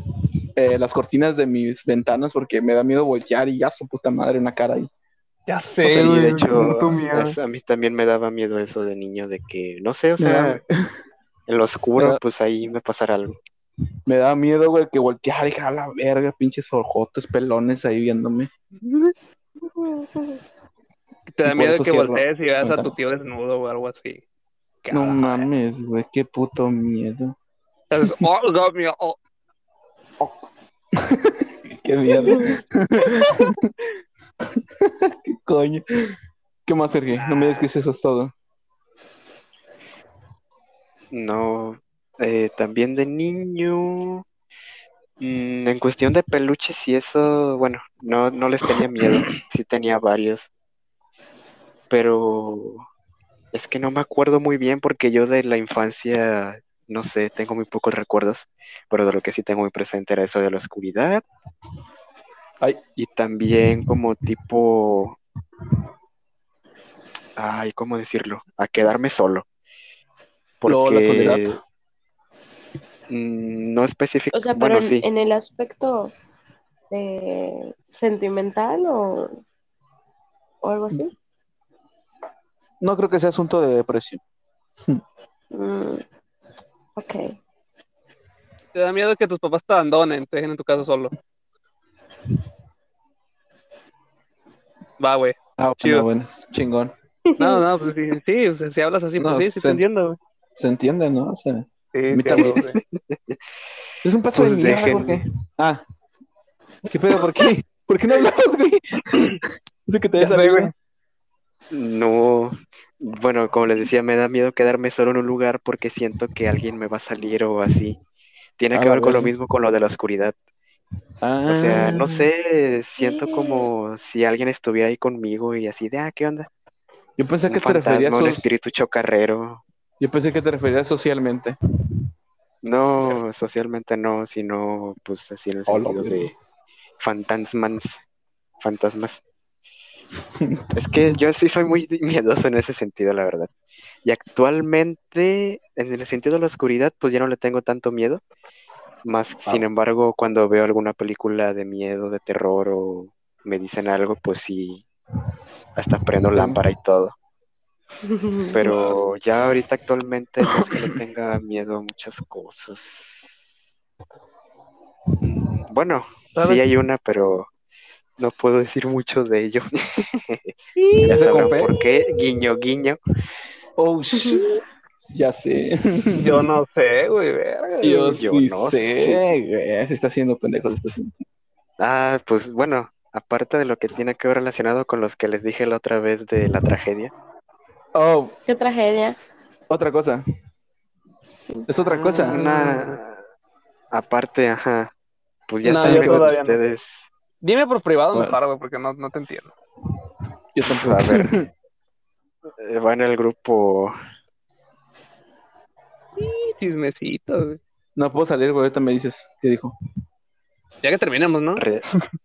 C: eh, las cortinas de mis ventanas porque me da miedo voltear y ya su puta madre una cara ahí.
A: Ya sé,
B: Sí,
A: güey,
B: de hecho,
A: puto miedo.
B: es- a mí también me daba miedo eso de niño, de que, no sé, o
C: Me da-
B: sea, en lo
C: me
B: oscuro,
C: da-
B: pues ahí me pasará algo.
C: Me da miedo, güey, que voltear y dije, "A la verga, pinches ojotes pelones ahí viéndome.
A: Te da
C: Por
A: miedo
C: eso
A: que
C: cierro.
A: voltees y veas a tu
C: Cuéntanos.
A: tío desnudo o algo así. Que a
C: No
A: la-
C: mames, güey, qué puto miedo.
A: Es, oh, God, mío, oh.
C: Qué miedo. qué coño. ¿Qué más, Sergio? No me digas que eso es todo.
B: No, eh, también de niño, mm, en cuestión de peluches y eso, bueno, no, no les tenía miedo, sí tenía varios, pero es que no me acuerdo muy bien porque yo de la infancia, no sé, tengo muy pocos recuerdos, pero de lo que sí tengo muy presente era eso de la oscuridad
C: Ay.
B: y también como tipo, ay, ¿cómo decirlo? A quedarme solo.
C: Luego la soledad.
B: Porque Mm, No específico.
D: O sea, pero
B: bueno,
D: en,
B: sí.
D: en el aspecto de sentimental o, o algo así.
C: No creo que sea asunto de depresión.
D: Mm, ok.
A: Te da miedo que tus papás te abandonen, te dejen en tu casa solo. Va, güey.
C: Ah,
A: Chido.
C: bueno, bueno, chingón.
A: No, no, pues sí, sí, o sea, si hablas así, pues
C: No,
A: sí, sí
C: se-
A: te entiendo, güey.
C: Se entiende, ¿no? O sea,
A: Sí,
C: Meta,
A: sí,
C: güey.
A: güey.
C: es un paso
B: Pues
C: de mierda,
B: dejen-
C: Jorge. Ah, ¿qué pedo? ¿Por qué? ¿Por qué no hablabas, güey? Dice que te
A: Ya
C: ves
A: sé,
C: amigo.
A: güey.
B: No. Bueno, como les decía, me da miedo quedarme solo en un lugar porque siento que alguien me va a salir o así. Tiene
C: A
D: Ah,
B: que
C: la
B: ver con lo
C: verga.
B: mismo con lo de la oscuridad. O sea, no
C: Ah.
B: sé, siento
D: Sí.
B: como si alguien estuviera ahí conmigo y así de, ah, ¿qué onda?
C: Yo pensé
B: Un
C: que te referías
B: fantasma, un
C: so-
B: espíritu chocarrero.
C: Yo pensé que te referías socialmente.
B: No, socialmente no, sino pues así en el
C: Hola,
B: sentido
C: güey.
B: de fantasmas, fantasmas. Es que yo sí soy muy miedoso en ese sentido, la verdad. Y actualmente, en el sentido de la oscuridad, pues ya no le tengo tanto miedo. Más, sin embargo, cuando veo alguna película de miedo, de terror o me dicen algo, pues sí, hasta prendo lámpara y todo. Pero ya ahorita actualmente no es que le tenga miedo a muchas cosas. Mm, Bueno,
A: ¿Sabes?
B: sí hay una, pero No puedo decir mucho de ello.
C: ¿Ya
B: Ya
C: se
B: sabrán
C: compré?
B: por qué. Guiño, guiño.
C: Oh, shit. Ya sé.
A: Yo no sé, güey, verga.
C: Yo,
B: Yo
C: sí
B: no
C: sé,
B: sé.
C: güey. Se está haciendo pendejo. se está haciendo-
B: Ah, pues bueno, aparte de lo que tiene que ver relacionado con los que les dije la otra vez de la tragedia.
C: Oh,
D: Qué tragedia.
C: otra cosa. Es otra cosa.
B: Mm, Una... Aparte, ajá. Pues ya
A: No,
B: saben
A: yo
B: con
A: todavía no.
B: ustedes.
A: Dime por privado
C: Bueno.
A: mejor, güey, porque no, no te entiendo.
C: Yo
B: A
C: tampoco.
B: ver. Eh, Va en el grupo.
A: Chismecito, güey.
C: No puedo salir, güey. Ahorita me dices qué dijo.
A: Ya que terminamos, ¿no?
B: Re...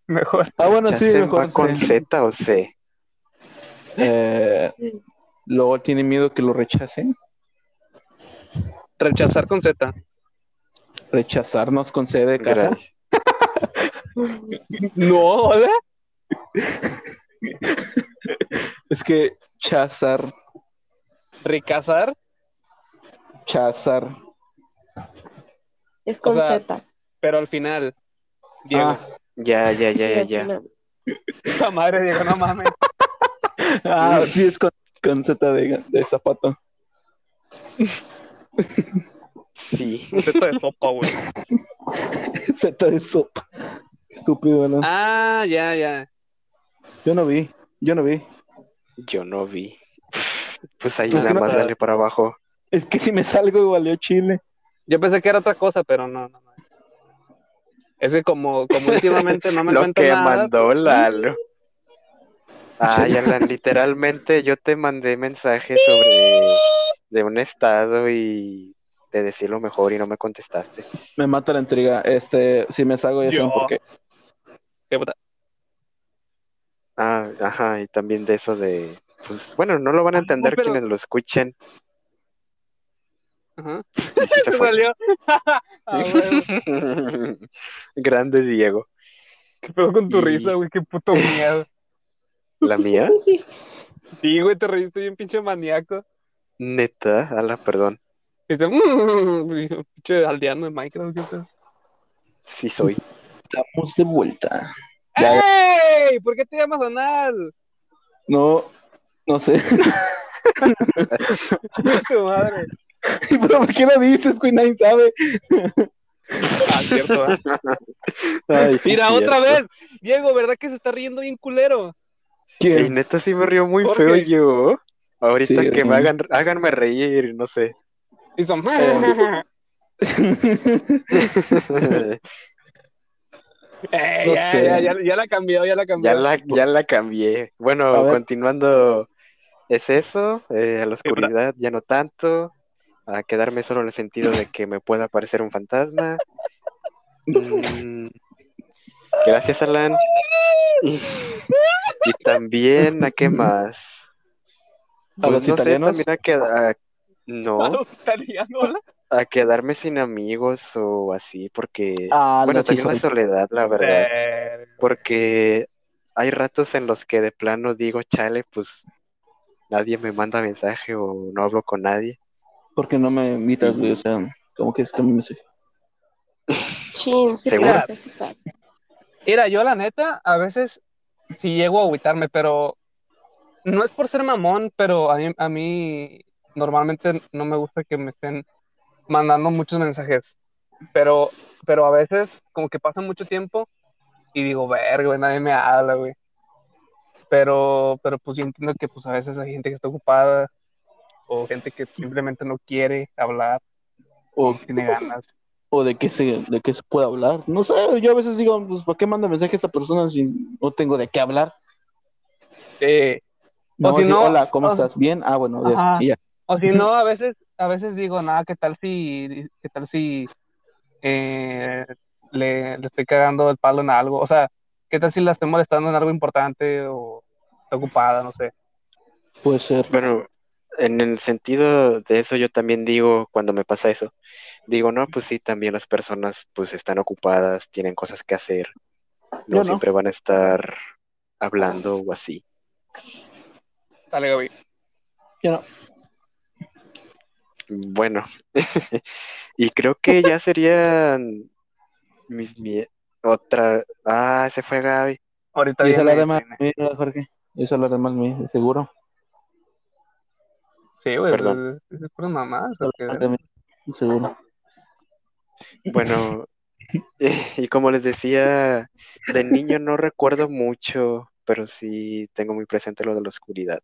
A: Mejor.
C: Ah, bueno, sí,
B: Chacen
C: mejor.
B: va con
C: sí.
B: Z o C.
C: Eh, luego tiene miedo que lo rechacen.
A: Rechazar con Z.
C: Rechazarnos con C de casa.
B: Gra-
A: No, hola.
C: Es que chazar,
A: Recazar.
C: chazar.
D: Es con
A: O sea,
D: Z.
A: Pero al final, Diego,
C: Ah,
B: Ya, ya,
D: Sí,
B: ya, ya,
D: al
B: ya.
D: final.
A: puta madre, Diego, no mames.
C: ah, sí, es con, con Z de, de zapato.
B: Sí.
A: Esto de sopa, güey.
C: Z de sopa. Estúpido, ¿no?
A: Ah, ya, ya.
C: Yo no vi, yo no vi.
B: Yo no vi. Pues ahí
C: Es que
B: nada
C: no-
B: más dale para abajo.
C: Es que si me salgo y valió chile.
A: Yo pensé que era otra cosa, pero no, no. no. Es que como, como últimamente no me
B: Lo
A: cuento
B: que
A: nada.
B: mandó Lalo. Ay, Alan, literalmente yo te mandé mensaje sobre de un estado y te decía lo mejor y no me contestaste.
C: Me mata la intriga. Este, si me salgo ya
A: Yo.
C: saben por qué.
A: Qué puta-
B: Ah, ajá, y también de eso de, pues bueno, no lo van a
A: Ah, no,
B: entender
A: pero-
B: quienes lo escuchen.
A: Ajá.
B: Y sí se
A: Se
B: fue.
A: salió. Ah, güey,
B: Grande Diego.
A: ¿Qué pedo con tu
B: Y-
A: risa, güey? Qué puto miedo.
B: ¿La mía?
A: Sí, güey, te reíste bien pinche maníaco.
B: Neta, ala, perdón.
A: Dice, mmm, pinche aldeano de Minecraft, ¿qué pedo?
B: Sí soy.
C: Estamos de vuelta. Ya, ya.
A: ¡Ey! ¿Por qué te llamas Anal?
C: No, no sé.
A: Tu madre.
C: Pero ¿por qué lo dices, güey? Nadie sabe.
A: Ah, cierto, ¿eh?
B: Ay, sí,
A: Mira,
B: cierto.
A: otra vez. Diego, ¿verdad que se está riendo bien culero?
B: Y
C: ¿Quién?
B: neta sí me río muy
A: Jorge.
B: feo yo.
C: Sí,
B: Ahorita que me
C: hermano.
B: hagan, háganme reír, no sé.
A: Y son, "Ah,
C: Eh.
A: Ey,
C: No
A: eh, ya,
C: sé.
A: ya, ya, ya la cambió, ya la cambió.
B: ya la, ya la cambié.
C: A
B: Bueno,
C: ver.
B: continuando, es eso, eh, a la oscuridad ya no tanto, a quedarme solo en el sentido de que me pueda aparecer un fantasma. Mm, gracias, Alan. Y, y también, ¿a qué más?
C: ¿A
B: Pues
C: los
B: no sé,
C: italianos?
B: también a queda- a- no.
A: A los italianos, la-
B: a quedarme sin amigos o así, porque,
C: Ah,
B: bueno,
C: no, sí
B: también la
C: soy.
B: soledad, la verdad, porque hay ratos en los que de plano digo, chale, pues nadie me manda mensaje o no hablo con nadie.
C: Porque no me invitas, güey. O sea, ¿cómo quieres que me mensaje?
D: Chin, sí
B: ¿Segura?
D: pasa, sí pasa.
A: Mira, yo la neta, a veces sí llego a agüitarme, pero no es por ser mamón, pero a mí, a mí normalmente no me gusta que me estén mandando muchos mensajes. Pero, pero a veces como que pasa mucho tiempo y digo, verga, güey, nadie me habla, güey. Pero, pero pues yo entiendo que pues a veces hay gente que está ocupada o gente que simplemente no quiere hablar o
C: O,
A: tiene ganas.
C: o de qué se, de qué se puede hablar. No sé, yo a veces digo, pues, ¿para qué mando mensaje a esa persona si no tengo de qué hablar?
A: Sí.
C: No,
A: O si
C: decir,
A: no-
C: hola, ¿cómo
A: o-
C: estás? ¿Bien? Ah, bueno, adiós.
A: Ajá.
C: Y ya.
A: O si no, a veces, a veces digo, nada, ¿qué tal si, qué tal si eh, le, le estoy cagando el palo en algo? O sea, ¿qué tal si la estoy molestando en algo importante o está ocupada, no sé?
C: Puede ser.
B: Bueno, en el sentido de eso yo también digo, cuando me pasa eso, digo, no, pues sí, también las personas pues están ocupadas, tienen cosas que hacer,
C: Yo
B: no,
C: no.
B: siempre van a estar hablando o así.
A: Dale, Gaby.
C: Yo no.
B: Bueno, y creo que ya serían mis mie- otra. Ah, se fue Gaby.
A: Ahorita
C: Y es
A: viene,
C: hablar de más
A: viene.
C: mí, ¿verdad, Jorge. Y es hablar de más mí, seguro.
A: Sí, güey,
B: Perdón.
A: pues, es, es puras mamadas. lo que-
C: Hablar de mí, Ah, seguro.
B: Bueno, y como les decía, de niño no recuerdo mucho, pero sí tengo muy presente lo de la oscuridad.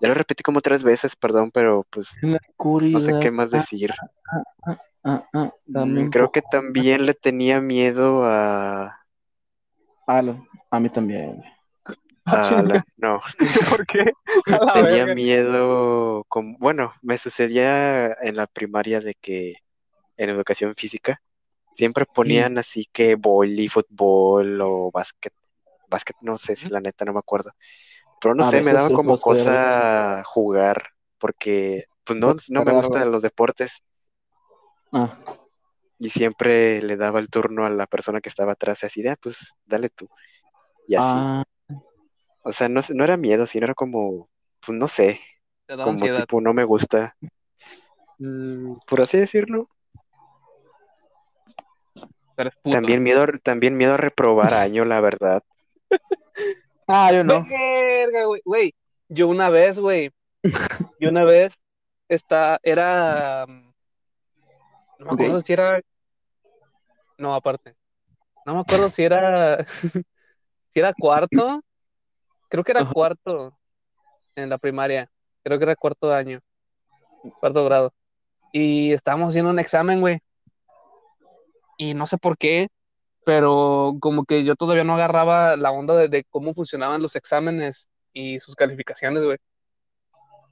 B: Ya lo repetí como tres veces, perdón, pero pues
C: La
B: no sé
C: oscuridad.
B: qué más decir.
C: Ah, ah, dame
B: Mm,
C: un
B: Creo que
C: poco.
B: también le tenía miedo a...
C: Ah, lo- a mí también.
A: Ah,
B: a
A: chinga.
B: la- no,
A: ¿Por qué? A
C: Ah,
A: la
B: tenía
A: verga.
B: miedo con... Bueno, me sucedía en la primaria de que en educación física siempre ponían así que boli, fútbol o básquet. Básquet no sé si la neta no me acuerdo. Pero no
C: Ah, A
B: sé, me
C: veces
B: daba
C: el
B: como
C: profe era
B: cosa jugar porque pues no, no me
C: Claro.
B: gustan los deportes
C: Ah,
B: y siempre le daba el turno a la persona que estaba atrás y así, de, "Ah, pues dale tú. Y así.
C: ah,
B: O sea, no, sé- no era miedo, sino era como, pues no sé,
A: Te da
B: como
A: ansiedad.
B: tipo no me gusta,
A: Mm,
B: por así decirlo.
A: tú eres puto.
B: También miedo, también miedo a reprobar año, la verdad.
C: Ah, yo no.
A: Verga, güey. Güey, yo una vez, güey. Yo una vez está, era. mm, No me
C: Ok.
A: acuerdo si era. No, aparte. No me acuerdo si era. si era cuarto. Creo que era
C: Ajá.
A: cuarto en la primaria. Creo que era cuarto año. Cuarto grado. Y estábamos haciendo un examen, güey. Y no sé por qué, pero como que yo todavía no agarraba la onda de, de cómo funcionaban los exámenes y sus calificaciones, güey.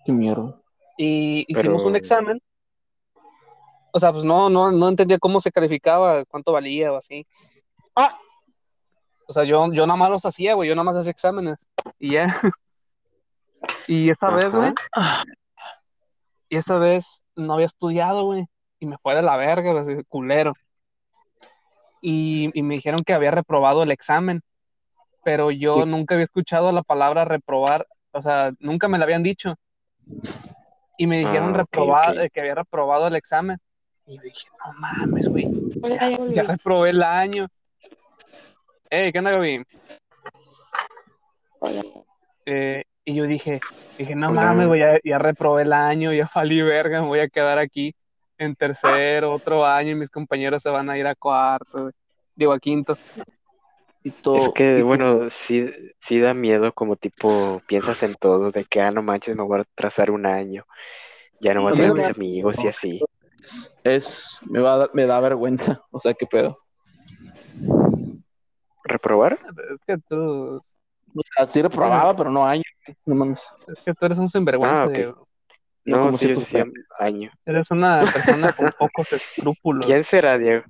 C: Qué mierda.
A: Y hicimos
B: Pero-
A: un examen. O sea, pues no, no, no entendía cómo se calificaba, cuánto valía o así.
C: Ah.
A: O sea, yo, yo nada más los hacía, güey, yo nada más hacía exámenes. Y ya. Y esta vez,
B: Ajá.
A: güey. Y esta vez no había estudiado, güey. Y me fue de la verga, güey, así, culero. Y, y me dijeron que había reprobado el examen. Pero yo nunca había escuchado la palabra reprobar. O sea, nunca me la habían dicho. Y me dijeron
B: Ah, ok,
A: reproba-
B: ok.
A: eh, que había reprobado el examen. Y yo dije, no mames, güey. Ya, ya reprobé el año. Ey, ¿qué onda, Gaby? Eh, y yo dije, dije, no
B: Hola.
A: mames, güey, ya, ya reprobé el año, ya falí verga, me voy a quedar aquí en tercero, otro año, y mis compañeros se van a ir a cuarto, güey. digo, a quinto.
C: Y todo.
B: Es que,
C: Oh, y-
B: bueno, sí, sí da miedo como tipo, piensas en todo, de que, ah, no manches, me voy a atrasar un año, ya no voy a
A: Sí,
B: tener
A: me
B: mis
A: da
B: amigos y así.
C: Es, me, va a dar- me da vergüenza. O sea, qué pedo.
B: ¿Reprobar?
A: Es que tú,
C: O sea, sí reprobaba, pero no año. No mames.
A: es que tú eres un sinvergüenza,
B: Ah, ok.
A: Diego.
C: No,
B: No,
C: como
B: sí, yo
C: ciertos
B: decía año.
A: Eres una persona con pocos escrúpulos.
B: ¿Quién será, Diego?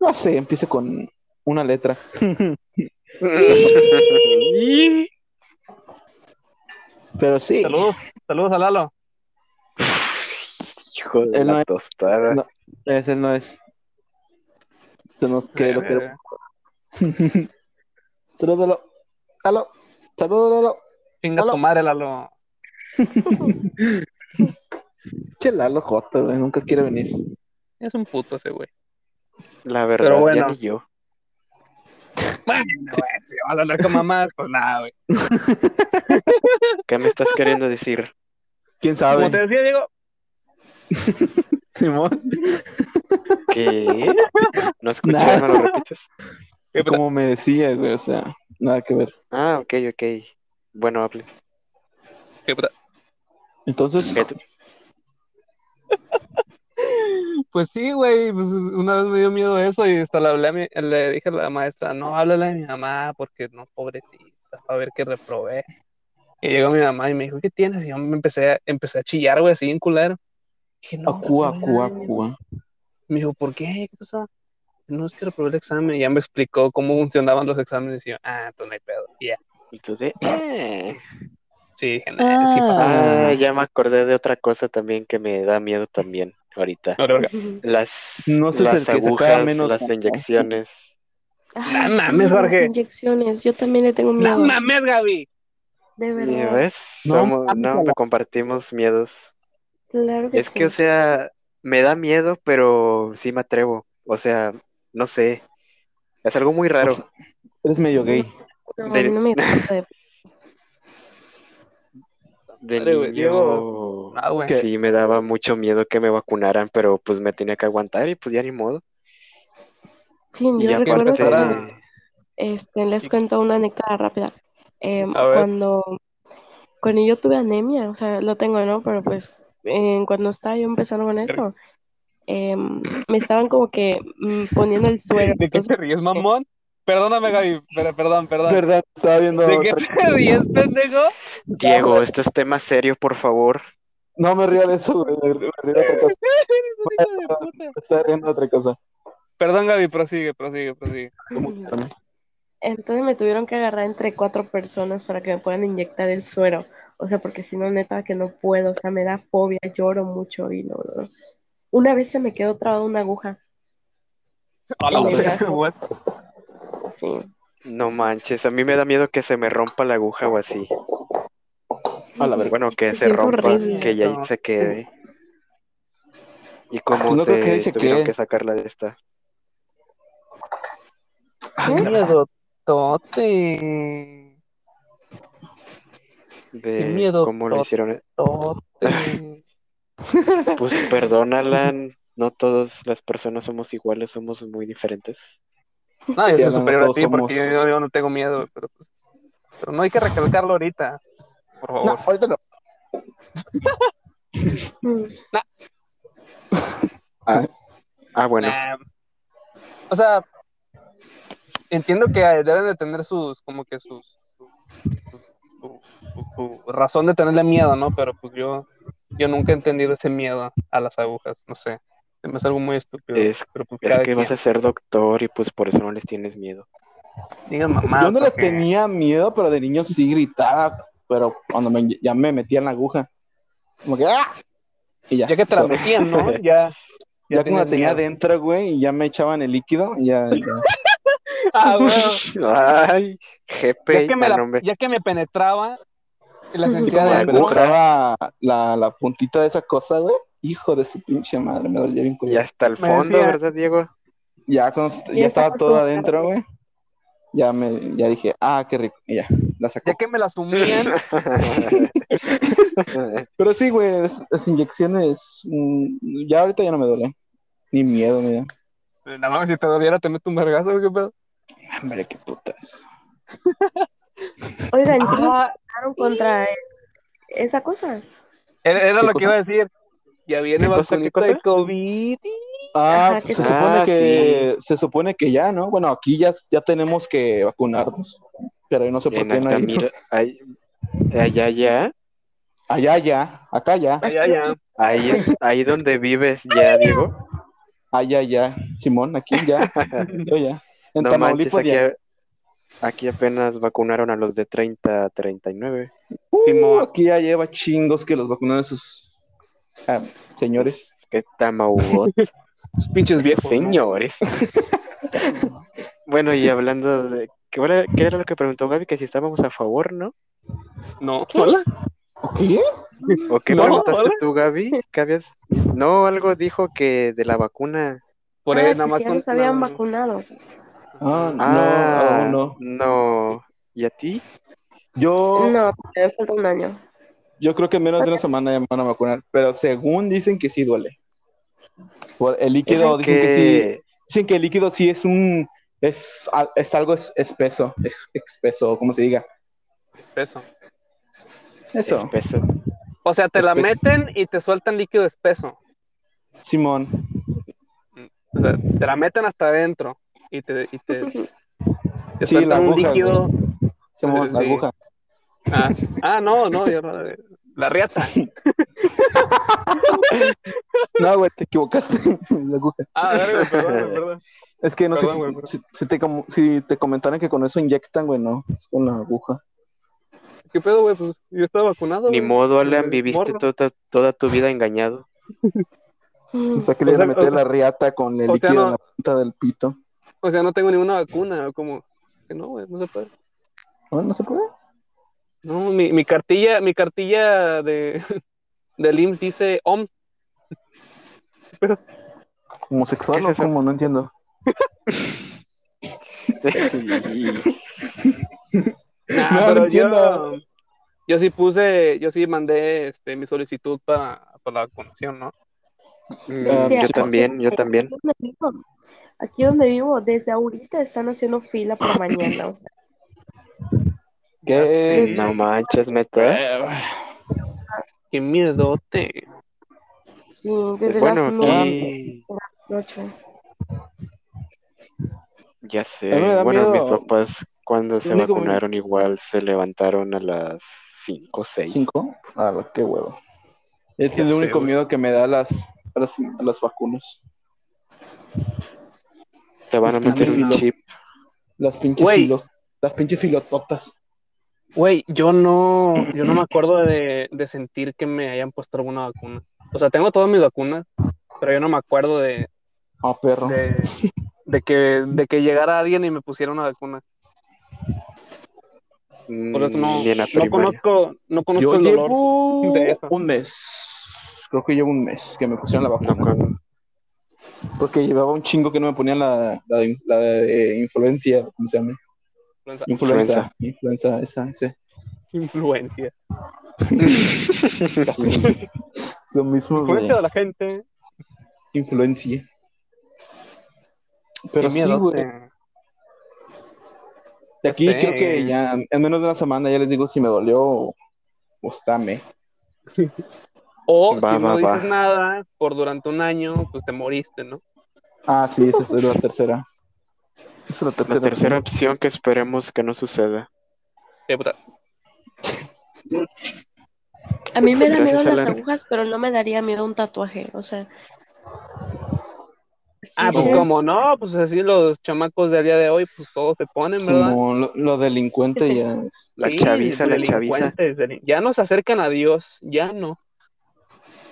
C: No sé, empieza con una letra. Pero sí.
A: Saludos, saludos a Lalo.
B: Hijo de
C: Él no
B: la
C: es-
B: tostada.
C: no. Ese no es. Ese no es que lo
A: Verga.
C: quiero. Salúdalo. Aló. Salúdalo.
A: Chinga tu
C: Lalo.
A: madre, Lalo.
C: Che, Lalo Jota, güey. Nunca quiere venir.
A: Es un puto ese güey.
B: La verdad,
A: Pero bueno.
B: ya ni yo.
A: Bueno, güey, si vas a hablar con mamás, pues nada, güey.
B: ¿Qué me estás queriendo decir?
C: ¿Quién
A: Como te decía, Diego,
C: Simón.
B: ¿Qué? No escuché,
C: Nada.
B: ¿me lo repites?
A: ¿Qué pedo?
C: Como me decía, güey. O sea, nada que ver.
B: Ah, ok, ok. Bueno, hable.
A: qué puta.
C: Entonces,
B: ¿Qué te-
A: Pues sí, güey, pues una vez me dio miedo eso y hasta le, hablé a mi- le dije a la maestra, no, háblale a mi mamá porque no, pobrecita, a ver que reprobé. Y llegó mi mamá y me dijo, ¿qué tienes? Y yo me empecé a, empecé a chillar, güey, así bien culero. Dije, no,
C: acúa,
A: reprobé
C: acúa,
A: el año".
C: acúa.
A: Me dijo, ¿por qué? ¿Qué pasó? No, es que reprobé el examen. Y ya me explicó cómo funcionaban los exámenes y yo, ah, entonces no hay pedo. Y ya,
B: ¿Y tú de...? eh.
A: sí, dije, "Nah, sí, pasa".
B: Ah, ya me acordé de otra cosa también que me da miedo también ahorita.
A: No, verga.
B: Las,
C: No sé si el
B: las
C: que se paga
B: agujas,
C: menos
B: las
C: tampoco.
B: inyecciones.
D: Ay,
A: No
D: sí,
A: mames,
D: las
A: Jorge.
D: inyecciones. Yo también le tengo miedo.
A: No mames, Gaby.
D: de
B: ¿Y
D: verdad.
B: ves?
C: No
B: Somos-
C: mames,
B: no,
C: Alan.
B: me compartimos miedos.
D: Claro que
B: Es que, o
D: sí.
B: sea, me da miedo, pero sí me
C: Pues,
B: atrevo. O sea, no sé. Es algo muy raro.
C: Eres medio gay.
D: No,
B: De-
D: no me gusta de-
B: De
A: Madre, güey,
B: niño,
A: Ah, güey.
B: sí me daba mucho miedo que me vacunaran, pero pues me tenía que aguantar y pues ya ni modo.
D: Sí,
B: Y
D: yo recuerdo
B: aparte,
D: que
A: Ahora-
D: Este, les cuento una anécdota rápida. Eh,
A: A ver.
D: cuando, cuando yo tuve anemia, o sea, lo tengo, ¿no? Pero pues eh, cuando estaba yo empezando con eso, eh, me estaban como que mm, poniendo el suero.
A: ¿De qué
D: Entonces,
A: te ríes, mamón? Perdóname, Gaby, pero perdón, perdón.
C: ¿Verdad? Estaba viendo.
A: ¿De qué
C: otra-
A: te ríes, pendejo?
B: Diego, esto es tema serio, por favor.
C: No me río de eso, güey. Me río me río de otra cosa.
A: Eres un hijo de puta.
C: Estaba riendo de otra cosa.
A: Perdón, Gaby, prosigue, prosigue, prosigue.
D: entonces me tuvieron que agarrar entre cuatro personas para que me puedan inyectar el suero. O sea, porque si no, neta, que no puedo. O sea, me da fobia, lloro mucho y no, no. Una vez se me quedó trabada una aguja.
A: A la
D: Me
A: verga,
D: dio asco.
A: what?
D: Sí.
B: No manches, a mí me da miedo que se me rompa la aguja o así.
C: A la verga.
B: Bueno, que
D: Me
B: se
D: siento
B: rompa,
D: horrible.
B: que ya
A: No.
B: se quede. ¿Y cómo
C: Pues No creo
B: te
C: que ahí se
B: tuvieron
C: quede.
B: que sacarla de esta?
A: Qué miedotote. Qué
B: De
A: miedo,
B: cómo lo
A: tot-
B: hicieron.
A: Tote.
B: Pues perdón, Alan, no todas las personas somos iguales, somos muy diferentes.
A: No, yo
C: Sí,
A: soy
C: Alan,
A: superior a
C: todos
A: ti porque
C: somos-
A: yo, yo no tengo miedo, güey, pero pues. Pero no hay que recalcarlo ahorita. Por
C: No,
A: favor.
C: ahorita no.
D: Mm.
B: Ah, bueno,
A: Nah. Em, O sea, entiendo que eh, deben de tener sus, como que sus, su, su- su- su razón de tenerle miedo, ¿no? Pero pues yo, yo nunca he entendido ese miedo a las agujas, no sé. Se Me es algo muy estúpido.
B: Es-
A: pero pues
B: es
A: cada
B: que vas
A: quien.
B: a ser doctor y pues por eso no les tienes miedo.
A: Digan mamá.
C: Yo no le
A: porque-
C: tenía miedo, pero de niño sí gritaba. Pero cuando me, ya me metía en la aguja. Como que ¡ah! Y ya.
A: Ya que te la
C: O sea,
A: metían, ¿no? Ya.
C: ya como la
A: tenías
C: tenía
A: miedo.
C: adentro, güey, y ya me echaban el líquido. Ya, ya.
A: Ah, bueno.
B: Ay, jefe,
A: ya, que me
B: tan
A: la-
B: hombre.
A: ya que me penetraba la
C: Y
A: sensibilidad
C: como
A: de
C: me
B: la aguja.
C: penetraba la, la puntita de esa cosa, güey. Hijo de su pinche madre, me dolía bien
B: Y
C: culero.
B: hasta el
A: Me
B: fondo,
A: decía-
B: ¿verdad, Diego?
C: Ya, cuando est- ya
D: Ya
C: estaba
D: estaba
C: todo
D: como-
C: adentro, güey. Ya me, ya dije, ah, qué rico. Y ya, la sacó.
A: Ya que me la sumían.
C: Pero sí, güey, las, las inyecciones, mm, ya ahorita ya no me duele. Ni miedo, mira.
A: La mames, si te doliera, te meto un vergazo, ¿qué pedo?
C: Hombre, qué putas.
D: Oigan, ¿y ¿cómo se
A: Ah,
D: quedaron contra esa cosa?
A: era era
C: ¿Qué
A: lo que
C: cosa?
A: iba a decir. Ya viene
B: ¿Qué cosa, qué
A: vacunita
B: cosa?
A: de COVID.
C: Ah,
D: Ajá,
C: pues
D: que
C: se
D: sí.
C: supone
B: Ah,
C: que se supone que ya, ¿no? Bueno, aquí ya, ya tenemos que vacunarnos. Pero yo no sé por
B: En
C: qué no hay.
B: Altamira, ay, allá, allá,
C: Allá ya, acá ya,
A: Allá, ya.
B: ahí, ahí donde vives ya, Diego.
C: allá ya, Simón, aquí ya, yo ya. En
B: No manches,
C: Tamaulipas
B: aquí,
C: ya.
B: aquí apenas vacunaron a los de 30 a 39.
C: Uh,
A: Simón.
C: aquí ya lleva chingos que los vacunaron sus ah, señores.
B: Es que Tamaugot,
A: Los pinches viejos. ¿no?
B: señores. bueno, y hablando de... ¿Qué era, qué era lo que preguntó Gaby? Que si estábamos a favor, ¿no?
A: No.
D: Hola.
C: ¿Qué?
B: ¿O qué
A: No,
B: preguntaste
A: hola.
B: tú, Gaby? ¿Qué habías- No, algo dijo que de la vacuna.
A: Por
D: Ah,
A: ahí
D: que
A: nada más.
D: si ya
A: con-
D: los habían
A: no.
D: vacunado.
C: Ah, no,
B: Ah,
C: aún no.
B: no. ¿Y a ti?
A: Oh.
C: Yo,
D: No, me falta un año.
C: yo creo que en menos de una semana ya me van a vacunar, pero según dicen que sí duele. Por el líquido,
B: Dicen
C: dicen que... sí. Dicen que el líquido sí es un es, a- es algo es- espeso, es, espeso, como se diga.
A: Espeso.
C: Eso,
B: Espeso.
A: O sea, te la
C: Espeso.
A: meten y te sueltan líquido espeso.
C: Simón.
A: O sea, te la meten hasta adentro y te, y te, te
C: Sí, la
A: sueltan un
C: aguja,
A: líquido.
C: Simón, la
A: Sí.
C: aguja.
A: Ah, ah, no, no, yo no- la riata.
C: No, güey, te equivocaste. la aguja.
A: Ah, dale, perdón, güey, perdón.
C: Es que no sé
A: Perdón, güey, perdón.
C: si, si te, com- si te comentaron que con eso inyectan, güey, no, es con la aguja.
A: ¿Qué pedo, güey? Pues yo estaba vacunado.
B: Ni
A: güey.
B: modo, Alan,
A: Eh,
B: viviste
A: morro.
B: toda, toda tu vida engañado.
D: Mm.
C: O sea, que
A: O
C: le
A: sea,
C: iban a meter
A: o sea-
C: la riata con el
A: o sea,
C: líquido
A: no.
C: en la punta del pito.
A: O sea, no tengo ninguna vacuna. o Como que no, güey, no se puede.
C: No, no se puede.
A: No, mi, mi cartilla, mi cartilla de del IMSS dice OM.
C: ¿Homosexual
B: ¿Qué
C: o
B: es eso?
C: cómo? No entiendo.
B: Y-
C: no
A: pero
C: entiendo.
A: yo, yo sí puse, yo sí mandé este, mi solicitud para la vacunación, ¿no?
B: Mm,
C: Ah,
B: yo
D: sí.
B: también, yo también.
D: Aquí donde vivo, aquí donde vivo, desde ahorita están haciendo fila por mañana. O sea,
A: Ya
C: ¿Qué?
A: sé.
B: No manches, meta.
A: Qué miedote.
D: sí, desde
B: bueno,
D: las nueve de
B: aquí
D: la noche.
B: ya
C: A mí me
B: sé.
C: da
B: Bueno, mis
C: miedo.
B: papás cuando se
C: Lo único-
B: vacunaron igual se levantaron a las 5 o 6.
C: ¿Cinco? Ah, lo- qué huevo. Ese
B: Ya
C: es
B: sé,
C: el único
B: güey.
C: miedo que me da las, las, las vacunas.
B: Te van a
C: Es que
B: meter
C: a mí
B: un
C: lo-
B: chip.
C: Las pinches
A: Güey.
C: filos, las pinches filototas.
A: Güey, yo no, yo no me acuerdo de, de sentir que me hayan puesto alguna vacuna. O sea, tengo todas mis vacunas, pero yo no me acuerdo de,
C: Ah, perro.
A: de, de que, de que llegara alguien y me pusiera una vacuna. Por eso no,
B: mm, ni en la
A: no
B: primaria.
A: conozco, no conozco
C: Yo
A: el dolor.
C: llevo
A: de eso.
C: un mes. Creo que llevo un mes que me pusieron la vacuna.
B: No con-
C: Porque llevaba un chingo que no me ponían la, la, de- la de influencia, ¿cómo se llama?
A: Influenza.
C: Influenza. Influenza, esa, esa.
A: Influencia.
C: Casi. Lo mismo, güey.
A: Influencia de la gente.
C: Influencia. Pero
A: Qué
C: sí,
A: miedote.
C: güey. De aquí
A: Ya sé.
C: creo que ya, en menos de una semana, ya les digo si me dolió o, o está me.
A: O
B: Va,
A: si no
B: va,
A: dices
B: va.
A: nada por durante un año, pues te moriste, ¿no?
C: Ah, sí, esa es la tercera. Esa es la tercera.
B: La tercera opción que esperemos que no suceda.
A: Sí, puta.
D: A mí me da
B: Gracias,
D: miedo las
B: Alan.
D: agujas, pero no me daría miedo un tatuaje. O sea,
A: Ah, pues
D: Sí.
A: como no, pues así los chamacos del día de hoy, pues todos se ponen, ¿verdad?
C: Simón, lo, lo delincuente ya es.
B: La
A: Sí,
B: chaviza, la chaviza.
A: delincuentes, delin- Ya no se acercan a Dios, ya no.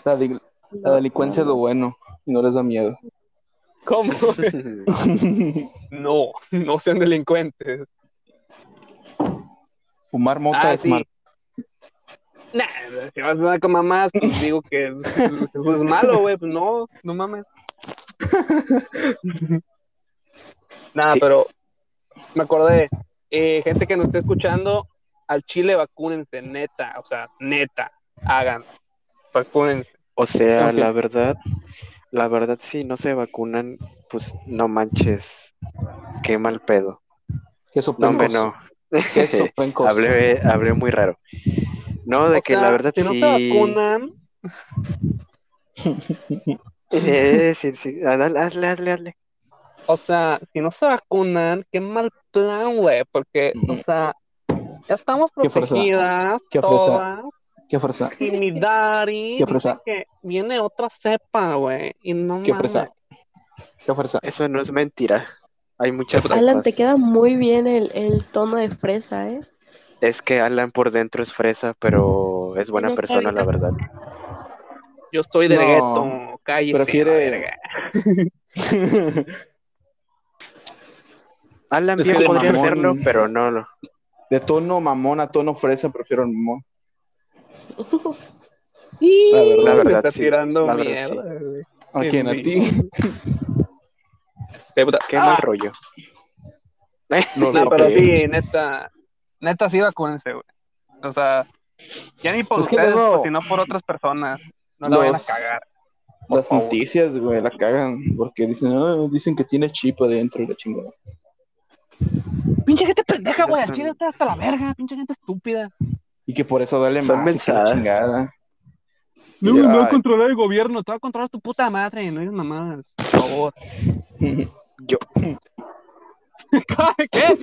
C: La, di- la
D: no.
C: delincuencia es lo bueno y no les da miedo.
A: ¿Cómo? No, no sean delincuentes.
C: Fumar mota
A: ah,
C: es
A: sí.
C: malo.
A: Nah, si vas a andar con mamás, pues digo que es, es malo, güey. Pues no, no mames. Nada,
B: Sí.
A: pero me acordé. eh, gente que nos esté escuchando, al chile vacúnense, neta. O sea, neta, hagan. Vacúnense.
B: O sea,
C: Ok.
B: la verdad, la verdad, si no se vacunan, pues no manches. Qué mal pedo.
C: Que sopen
B: No, hombre,
C: cosas.
B: no.
C: Que sopen cosas.
B: hablé, hablé muy raro. No, de
A: O
B: que
A: sea,
B: la verdad
A: si no
B: sí.
A: te vacunan,
B: Eh, sí, sí. Ah, dale, Hazle, hazle, hazle.
A: o sea, si no se vacunan, qué mal plan, güey. Porque, o sea, ya estamos
C: Qué fresa.
A: protegidas
C: Qué fresa.
A: todas.
C: Qué fresa.
A: Y mi daddy dice
C: Qué fresa.
A: que viene otra cepa, güey. Y no
C: Qué
A: mames.
C: fresa. Qué fresa.
B: Eso no es mentira. Hay muchas
D: Alan,
B: cepas.
D: te queda muy bien el, el tono de fresa, ¿eh?
B: Es que Alan por dentro es fresa, pero es buena
D: No
B: persona, la
D: sabía.
B: verdad.
A: Yo estoy del
C: No,
A: gueto, cállese.
C: prefiere-
A: la verga.
B: Alan
C: Es
B: bien
C: que de
B: podría
C: mamón.
B: serlo, pero no lo.
C: De tono mamón a tono fresa prefiero el mamón.
A: Y
C: La verdad,
B: la
A: me
B: verdad,
A: está
B: sí.
A: tirando
B: La verdad,
A: mierda. güey.
C: ¿A
A: En
C: quién? ¿A
A: vivo.
C: ti?
A: Sí, puta.
B: Qué
A: Ah,
B: mal rollo.
C: No,
A: no,
C: lo
A: pero
C: creo.
A: sí, neta. Neta, sí vacúnense, güey. O sea, ya ni por
C: Es que
A: ustedes,
C: luego-
A: pues, sino por otras personas. No la vayan a
C: Los-
A: cagar. por
C: Las
A: favor.
C: noticias, güey, la cagan. Porque dicen, "Ah, dicen que tiene chip adentro y la chingada.
A: Pinche gente pendeja,
B: Esas
A: güey. Al
B: son-
A: chile está hasta la verga. Pinche gente estúpida.
C: Y que por eso dale
B: Son
C: más y que la
B: mensadas.
C: chingada.
A: No,
C: Ya.
A: me va a controlar el gobierno. Te va a controlar tu puta madre. No digas mamadas. Por favor.
B: Yo.
A: ¿Qué?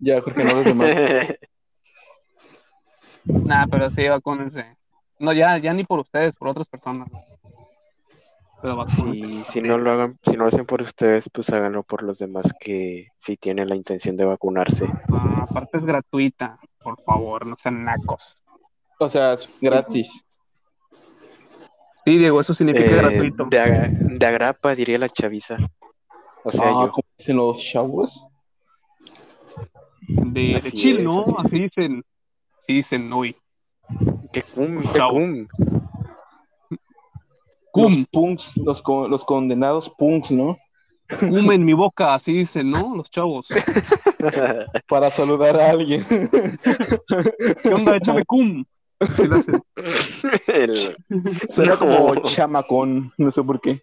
C: ya, Jorge, no los demás.
A: Nah, pero sí, vacúnense. No, ya, ya ni por ustedes, por otras personas. güey. Pero vacúnense.
B: Si, si no lo hagan, si no lo hacen por ustedes, pues háganlo por los demás que sí tienen la intención de vacunarse.
A: Ah, aparte es gratuita, por favor, no sean nacos.
C: O sea, es gratis.
A: Sí, Diego, eso significa
B: Eh,
A: gratuito.
B: de, aga- de agrapa, diría la chaviza. O sea,
C: ah,
B: yo.
C: como dicen los chavos.
A: De, de
B: así
A: chill,
B: es,
A: ¿no?
B: así
A: Así,
B: es.
A: dicen. Sí, dicen hoy.
B: Que cum, que
A: Chao.
B: cum.
A: Cum.
C: Los punks, los, co- los condenados punks, ¿no?
A: Hume en mi boca, así dicen, ¿no? Los chavos.
C: para saludar a alguien.
A: ¿Qué onda? Échame cum. Así lo hacen.
B: El-
C: Suena como
B: No.
C: chamacón, no sé por qué.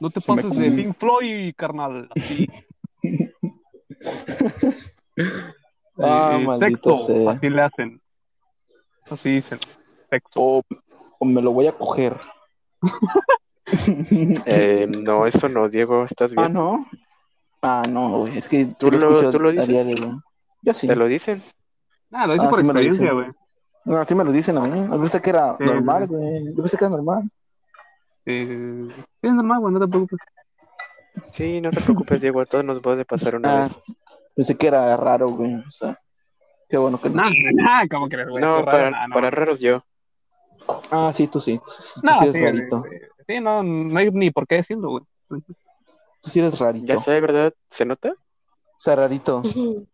A: No te
C: Se me
A: pases de
C: cum.
A: Pink Floyd, carnal. Así.
C: Ah,
A: Eh,
C: maldito
A: texto,
C: sea.
A: así le hacen. Así dicen. Texto.
C: O, o me lo voy a coger.
B: Eh, no, eso no, Diego, estás
C: ah,
B: bien.
C: no. Ah, no, güey. Es que
B: ¿Tú
C: sí
B: lo-
C: escucho
B: tú lo
C: a
B: dices?
C: diario, güey. Yo sí.
B: Te lo dicen.
A: Nada, lo hice
C: Ah,
A: por
C: sí me lo
A: experiencia,
C: dicen.
A: güey.
C: No, así me lo dicen a mí. Yo pensé que era
A: Sí,
C: normal, güey. Yo pensé que era normal.
A: Eh, es normal, güey, no te preocupes.
B: Sí, no te preocupes, Diego, a todos nos puede pasar una
C: Ah,
B: vez.
C: pensé que era raro, güey. O sea, qué bueno que no.
A: Nada, nada, ¿cómo crees, güey?
B: No,
A: Tú raro,
B: para,
A: nada, no.
B: para raros yo.
C: Ah, sí, tú sí. Tú, sí- tú
A: No,
C: sí eres
A: sí,
C: rarito.
A: sí, sí, no, no hay ni por qué decirlo, güey.
C: Tú sí eres rarito.
B: Ya sé, ¿verdad? ¿Se nota?
C: O sea, rarito. O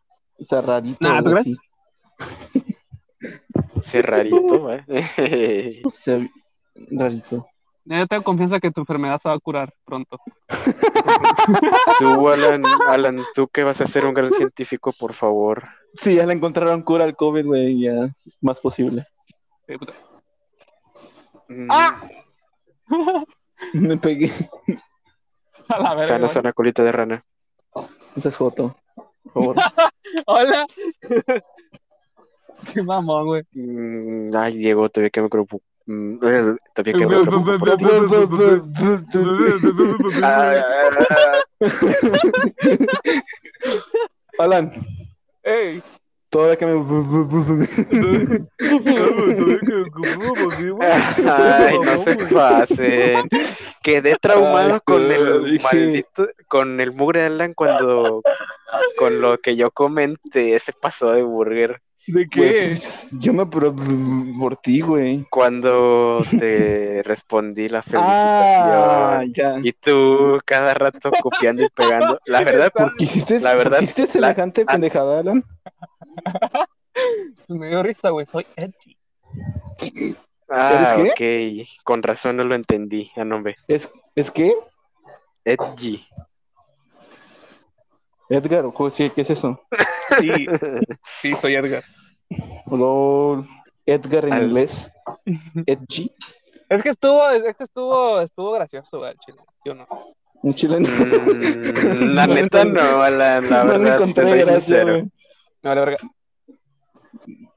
C: sea, rarito.
A: Nah, ¿tú
C: güey,
A: crees?
C: sí.
B: Sí, rarito, ¿eh?
C: O sea, pues, rarito.
A: Ya tengo confianza que tu enfermedad se va a curar pronto.
B: Tú, Alan, Alan, tú que vas a ser un gran científico, por favor.
C: Sí, ya le encontraron cura al COVID, güey. Ya es más posible.
A: Sí, puta.
B: Mm,
C: Ah, Me pegué.
A: A la verga,
B: sana,
A: güey.
B: sana, colita de rana.
C: Esa es foto. Por favor.
A: Hola. Qué mamón, güey.
B: Mm, ay, Diego, todavía que me preocupo. Mm, eh, todavía que me preocupo por ti. Ah, ah, ah, ah.
C: Alan,
A: Ey.
C: todavía que me.
B: Ay, no se pasen. Quedé traumado
C: Ay,
B: con el
C: dije-
B: maldito, con el mugre Alan cuando, con lo que yo comenté, ese pasó de burger.
A: ¿De
C: Güey, pues, Yo me pro por ti, güey.
B: Cuando te respondí la
C: Ah,
B: felicitación.
C: ya.
B: Y tú cada rato copiando y pegando. La verdad, por-
C: ¿Por qué hiciste,
B: La ah. verdad,
C: por qué hiciste semejante
B: la-
C: pendejada, Alan?
A: Me dio risa, güey. Soy Edgy.
B: Ah,
C: ¿Eres
B: ok. Con razón no lo entendí. Ah, nombre.
C: Es, es que,
B: Edgy.
C: Edgar, o co- sí, ¿qué es eso?
A: Sí, sí, soy Edgar.
C: Lol. Edgar en
B: Al-
C: inglés. Edgy.
A: Es que estuvo, es que estuvo, estuvo gracioso, güey, al chile. ¿Sí o no?
C: Un chileno.
B: Mm, la
C: No le
B: neta
C: encontré-
B: no, la, la
C: no le
B: verdad, te
C: encontré
B: soy
C: gracia,
B: sincero.
C: güey.
A: No, la verga.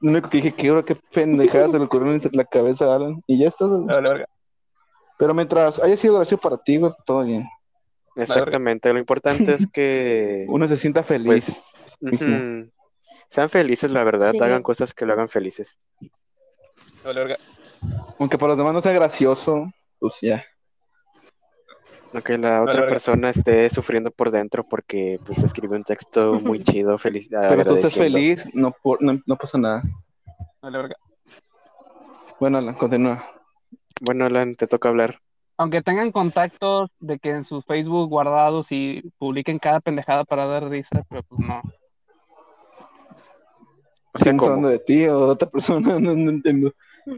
C: Lo único que dije, que ahora qué pendejada se le ocurrió en la cabeza a Alan. Y ya está. güey.
A: No, la verga.
C: Pero mientras haya sido gracioso para ti, güey, todo bien.
B: Exactamente, lo importante es que
C: Uno se sienta feliz.
B: pues ujú, sean felices, la verdad,
D: Sí.
B: hagan cosas que lo hagan felices.
A: No, la verga.
C: Aunque para los demás no sea gracioso, pues ya.
B: No que la otra
A: verga.
B: persona esté sufriendo por dentro porque pues escribe un texto muy chido, feliz,
C: Pero tú estás
B: agradeciendo.
C: feliz, no, por- no, no pasa nada.
A: No, la verga.
C: Bueno, Alan, continúa.
B: Bueno, Alan, te toca hablar.
A: Aunque tengan contactos de que en su Facebook guardados y publiquen cada pendejada para dar risa, pero pues no.
B: O sea, ¿cómo?
C: Estamos
B: Eh,
C: hablando de ti o de otra persona, no, no entiendo.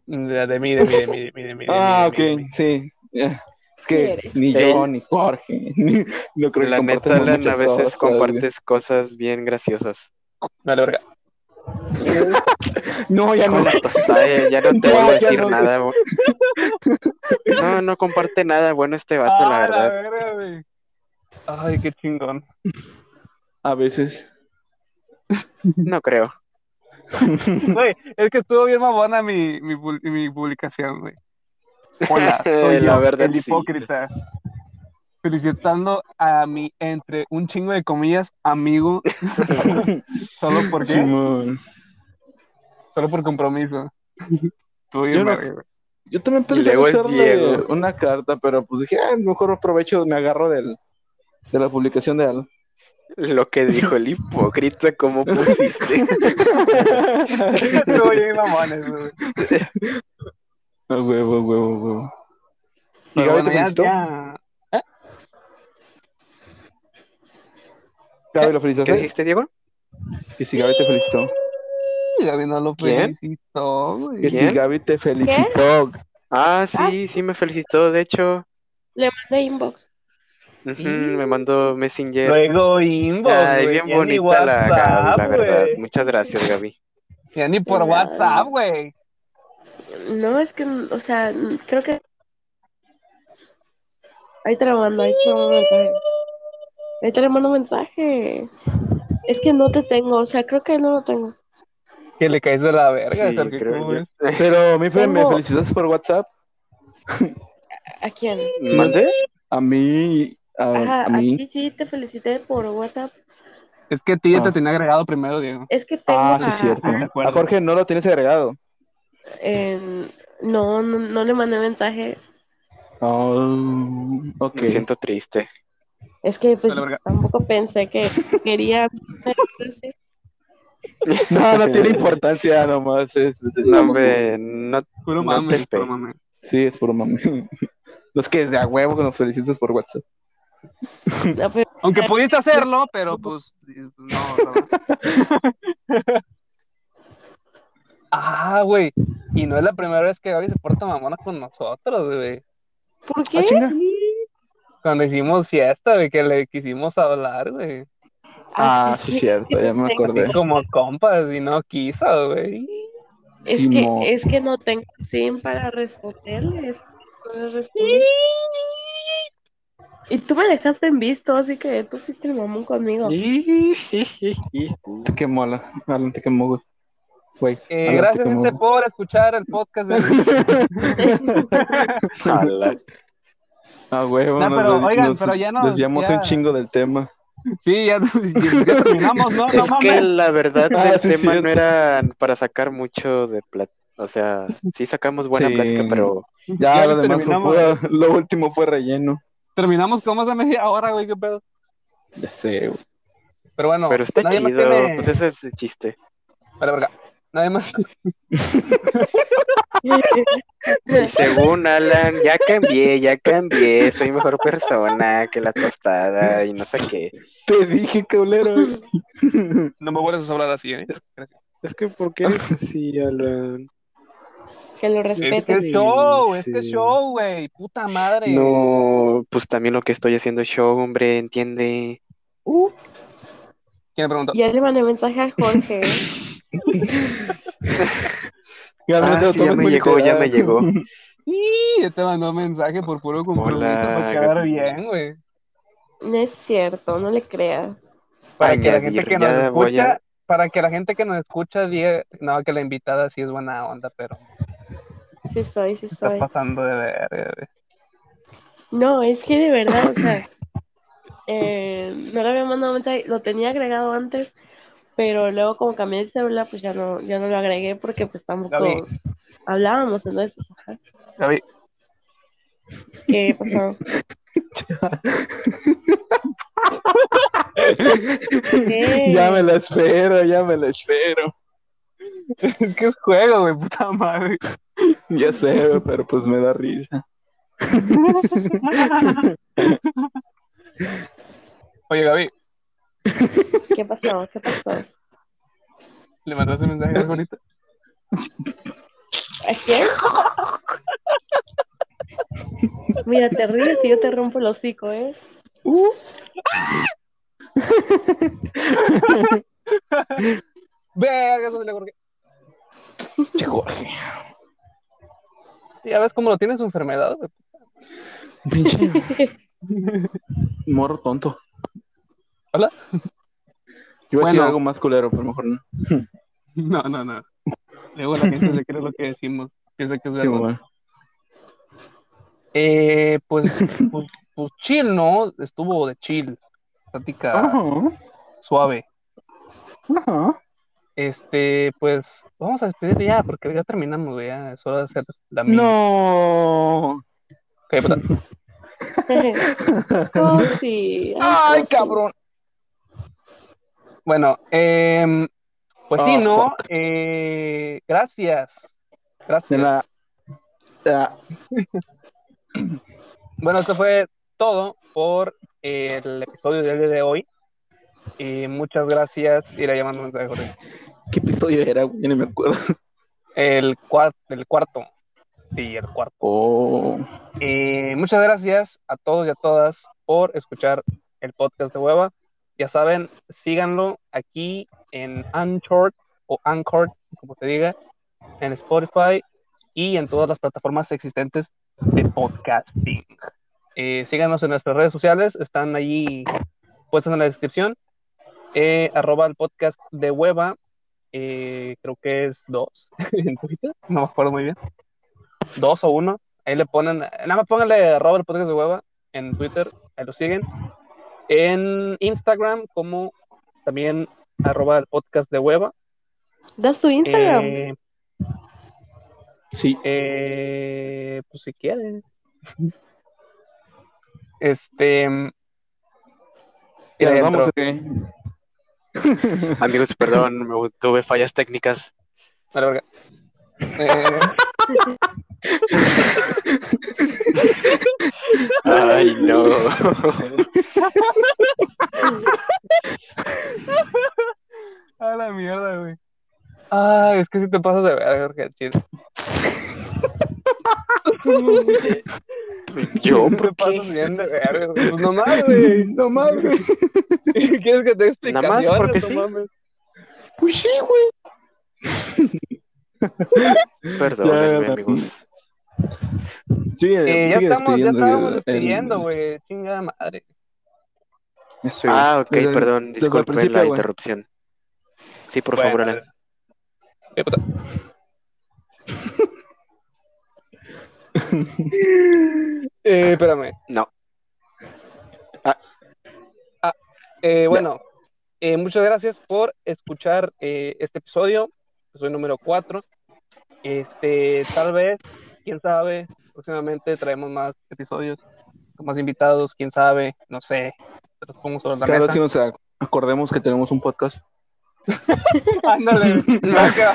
A: De, de mí, de mí, de mí, de mí, de mí. de mí,
C: ah,
A: de mí, de
C: ok,
A: mí.
C: sí. ya. Es
D: Sí
C: que
D: eres.
C: ni yo,
B: Él-
C: ni Jorge, ni, no creo que
B: Eh, La neta,
C: compartamos
B: Alan, a
C: muchas
B: veces
C: cosas,
B: compartes cosas bien graciosas.
A: No, la verga.
C: güey. No, ya no.
B: Con la tostada, eh, ya no te vuelvo a
C: Ya, ya
B: decir
C: no.
B: nada. bo- No, no comparte nada bueno este vato, la
A: Ah,
B: verdad.
A: verga, güey. Ay, qué chingón.
C: A veces.
B: No creo.
A: Güey, es que estuvo bien mamona mi, mi, pul- mi publicación, güey. Hola,
B: Eh,
A: soy
B: la
A: yo,
B: verdad,
A: el
B: sí.
A: hipócrita. Felicitando a mi, entre un chingo de comillas, amigo. Solo porque,
C: Simón.
A: solo por compromiso. Estuvo
C: Yo
A: bien
C: no-
A: verga, güey.
C: Yo también
B: Y
C: pensé en
B: luego el
C: hacerle
B: Diego.
C: una carta, pero pues dije, ah, mejor aprovecho, me agarro del, de la publicación de Alan.
B: Lo que dijo el hipócrita, como pusiste?
A: Estuvo bien mamón eso, güey.
C: A huevo, a huevo, a huevo. ¿Y
A: Pero
C: Gaby
A: bueno,
C: te
A: ya,
C: felicitó?
A: ya.
C: Gaby lo
B: ¿Qué
C: felicitaste.
B: dijiste, Diego?
C: Que si Gaby te felicitó.
A: Gaby no lo
B: ¿Quién?
A: felicitó,
C: Que
A: güey.
C: si
B: ¿Quién?
C: Gaby te felicitó.
B: Ah, sí, sí me felicitó, de hecho.
D: Le mandé inbox.
B: Ujú, me mandó Messenger.
F: Luego inbox,
B: Ay,
F: güey,
B: bien
F: ya ni
B: bonita la Gaby, la
F: WhatsApp,
B: verdad.
F: güey.
B: Muchas gracias, Gaby.
A: Ya ni por
D: Ay.
A: WhatsApp, güey.
D: No, es que, o sea, creo que. Ahí te lo mando, ahí te lo mando mensaje. Ahí te lo mando mensaje. Es que no te tengo, o sea, creo que no lo tengo.
A: Que le caes de la verga,
B: Sí,
A: Jorge,
B: creo
A: ¿cómo
B: yo.
A: ves?
C: Pero, mi fe, me
D: Tengo-
C: felicitas por WhatsApp.
D: ¿A quién?
B: ¿Mandé?
C: A mí, a,
D: Ajá,
C: a
D: a
C: mí.
D: ti sí te felicité por WhatsApp.
A: Es que a ti ya te
C: Ah.
A: tenía agregado primero, Diego.
D: Es que tengo
C: Ah,
D: a-
C: sí, cierto.
A: Ah, de acuerdo.
C: A Jorge no lo tienes agregado.
D: en- em, no, no, no le mandé mensaje.
C: Oh, ok.
B: Me siento triste.
D: Es que pues
A: Vale, verga.
D: tampoco pensé que quería.
C: No, no tiene importancia nomás. Es, es- es-
B: No, hombre, no.
A: Puro
B: No te
A: mame,
B: pe-
A: puro mame.
C: Sí, es por mami. Los que de a huevo que nos felicitas por WhatsApp.
D: No, pero
A: Aunque pudiste hacerlo, pero pues no, no. ah, güey. Y no es la primera vez que Gaby se porta mamona con nosotros, güey.
D: ¿Por
C: Ah,
D: qué?
C: chinga.
A: Cuando hicimos fiesta, güey, que le quisimos hablar, güey.
C: Ah, sí, cierto, ya me acordé.
A: Así como compas y no quiso, güey.
D: Es
C: Simón.
D: que, es que no tengo SIM para responderles. No les respondí. Y tú me dejaste en visto, así que tú fuiste el mamón conmigo.
C: Te quemó, Alan. Alan te quemó, güey. Güey.
A: Eh,
C: Alan te
A: gracias,
C: quemó,
A: gente, por escuchar el podcast de...
B: Ala.
C: güey. Ah, huevo.
A: No,
C: nos
A: pero,
C: des-
A: oigan,
C: nos
A: pero ya nos-
C: Desviamos
A: ya-
C: un chingo del tema.
A: Sí, ya, ya terminamos, ¿no? No
B: Es que
A: mames.
B: la verdad
C: Ah,
B: del
C: sí,
B: tema
C: cierto.
B: no era para sacar mucho de plata. O sea, sí sacamos buena
C: Sí.
B: plática, pero
C: Ya,
A: Ya
C: lo demás fue
A: terminamos.
C: pura- Lo último fue relleno.
A: Terminamos con más de media hora, güey, qué pedo.
C: Ya sé, güey.
A: Pero bueno,
B: pero está
A: nadie más
B: chido.
A: tiene-
B: Pues ese es el chiste.
A: Vale, verga. Nadie más.
B: Y según Alan, ya cambié, ya cambié, soy mejor persona que la tostada y no sé qué.
C: Te dije, cabrón.
A: No me vuelves a hablar así, ¿eh?
E: Es que, ¿por qué eres así, Alan?
D: que lo
A: Es que
D: respeten.
A: es show, es
E: Sí.
A: que es show, güey. Puta madre.
B: No, pues también lo que estoy haciendo es show, hombre, entiende.
D: Uh,
A: ¿Quién me preguntó?
D: ya le mandé mensaje a Jorge.
C: Ya, no
B: Ah,
C: te lo
B: sí, ya
C: tomes
B: me
C: muy
B: llegó, ya
C: literal.
B: me llegó.
A: Y ya te mandó mensaje por puro compromiso
B: Hola,
A: para quedar
B: Gaby.
A: bien, güey.
D: No es cierto, no le creas.
A: Para que la gente
B: Añadir,
A: que nos
B: ya voy
A: escucha,
B: a-
A: para que la gente que nos escucha diga, no, que la invitada sí es buena onda, pero
D: Sí soy, sí
A: está
D: soy.
A: pasando de verga, güey.
D: No, es que de verdad, o sea, eh, no le había mandado mensaje, lo tenía agregado antes, pero luego como cambié el celular, pues ya no, ya no lo agregué porque pues tampoco
A: Gaby.
D: hablábamos, entonces pues ajá,
A: Gaby,
D: ¿qué pasó? ¿Qué?
C: Ya me la espero, ya me la espero.
A: es que es juego, güey, puta madre.
C: Ya sé, güey, pero pues me da risa.
A: Oye, Gaby,
D: ¿Qué pasó? ¿Qué pasó?
A: ¿le mandaste mensaje a algo ahorita?
D: ¿A quién? Mira, te ríes y yo te rompo el hocico, ¿eh?
A: Verga, eso se le corrió.
C: Che, Jorge.
A: Ya ves cómo lo tiene su enfermedad, güey.
C: Pinche. Morro tonto.
A: Hola.
C: Iba a decir
A: Bueno.
C: algo más culero, pero mejor no.
A: No, no, no. Luego la gente se cree lo que decimos. Piensa que es
C: Sí,
A: verdad.
C: bueno.
A: Eh, pues, pues, pues chill, ¿no? Estuvo de chill.
C: Ah.
A: Plática suave.
C: Ajá, ajá.
A: Este, pues, vamos a despedir ya, porque ya terminamos, güey. Ya es hora de hacer la mini.
C: No.
A: Ok, puta.
D: Cosi,
C: Ay,
D: cosi.
C: cabrón.
A: Bueno, em, pues sí,
C: Oh,
A: ¿no? Eh, gracias.
C: De
A: Gracias.
C: la- Ah,
A: Bueno, esto fue todo por el episodio del día de hoy. Y muchas gracias. Iré llamando mensaje, Jorge.
C: ¿Qué episodio era, güey? Ya Ni me acuerdo.
A: El, cuar- el cuarto. Sí, el cuarto.
C: Oh.
A: Eh, muchas gracias a todos y a todas por escuchar el podcast de Hueva. Ya saben, síganlo aquí en Anchor o Anchor, como se diga, en Spotify y en todas las plataformas existentes de podcasting. Eh, síganos en nuestras redes sociales, están allí puestas en la descripción. Eh, arroba el podcast de Hueva, eh, creo que es dos en Twitter, no me acuerdo muy bien. Dos o uno, ahí le ponen, nada más pónganle arroba el podcast de Hueva en Twitter, ahí lo siguen. En Instagram, como también arroba el podcast de Hueva.
D: ¿Das tu Instagram?
A: Eh,
C: Sí.
A: eh, pues si quieren. Este.
C: Ya
A: eh,
C: vamos,
A: pero-
C: ok.
B: Amigos, perdón, me- tuve fallas técnicas.
A: a la verga. Eh,
B: Ay, no.
A: A la mierda, güey. Eh, Ay, es que si te pasas de verga, Jorge, al chile.
B: Yo,
A: Sí te
B: ¿por qué?
A: pasas bien de verga, güey. Pues nomás, güey.
C: No mames.
A: ¿Quieres que te explique?
B: Nada más porque sí.
C: Pues sí, güey.
B: Perdónenme,
C: Ya,
B: amigos.
C: Sigue,
A: Eh, ya
C: sigue
A: estamos, ya
C: despidiendo,
A: estábamos
C: el-
A: despidiendo,
C: el-
A: güey. Chingada madre.
C: Eso, güey.
B: Ah, ok,
C: Desde el-
B: perdón,
C: desde el
B: disculpen
C: principio,
B: la
C: güey.
B: interrupción. Sí, por
A: Bueno,
B: favor,
A: a
B: Alan.
A: ver. Eh, puta. Eh, espérame. Ah.
B: No.
A: Eh, bueno, eh, muchas gracias por escuchar eh, este episodio. Soy número 4. Este, tal vez, quién sabe, próximamente traemos más episodios con más invitados, quién sabe, no sé. Te los pongo sobre la
C: Claro,
A: mesa.
C: si nos ac- acordemos que tenemos un podcast.
A: Ándale. ya que-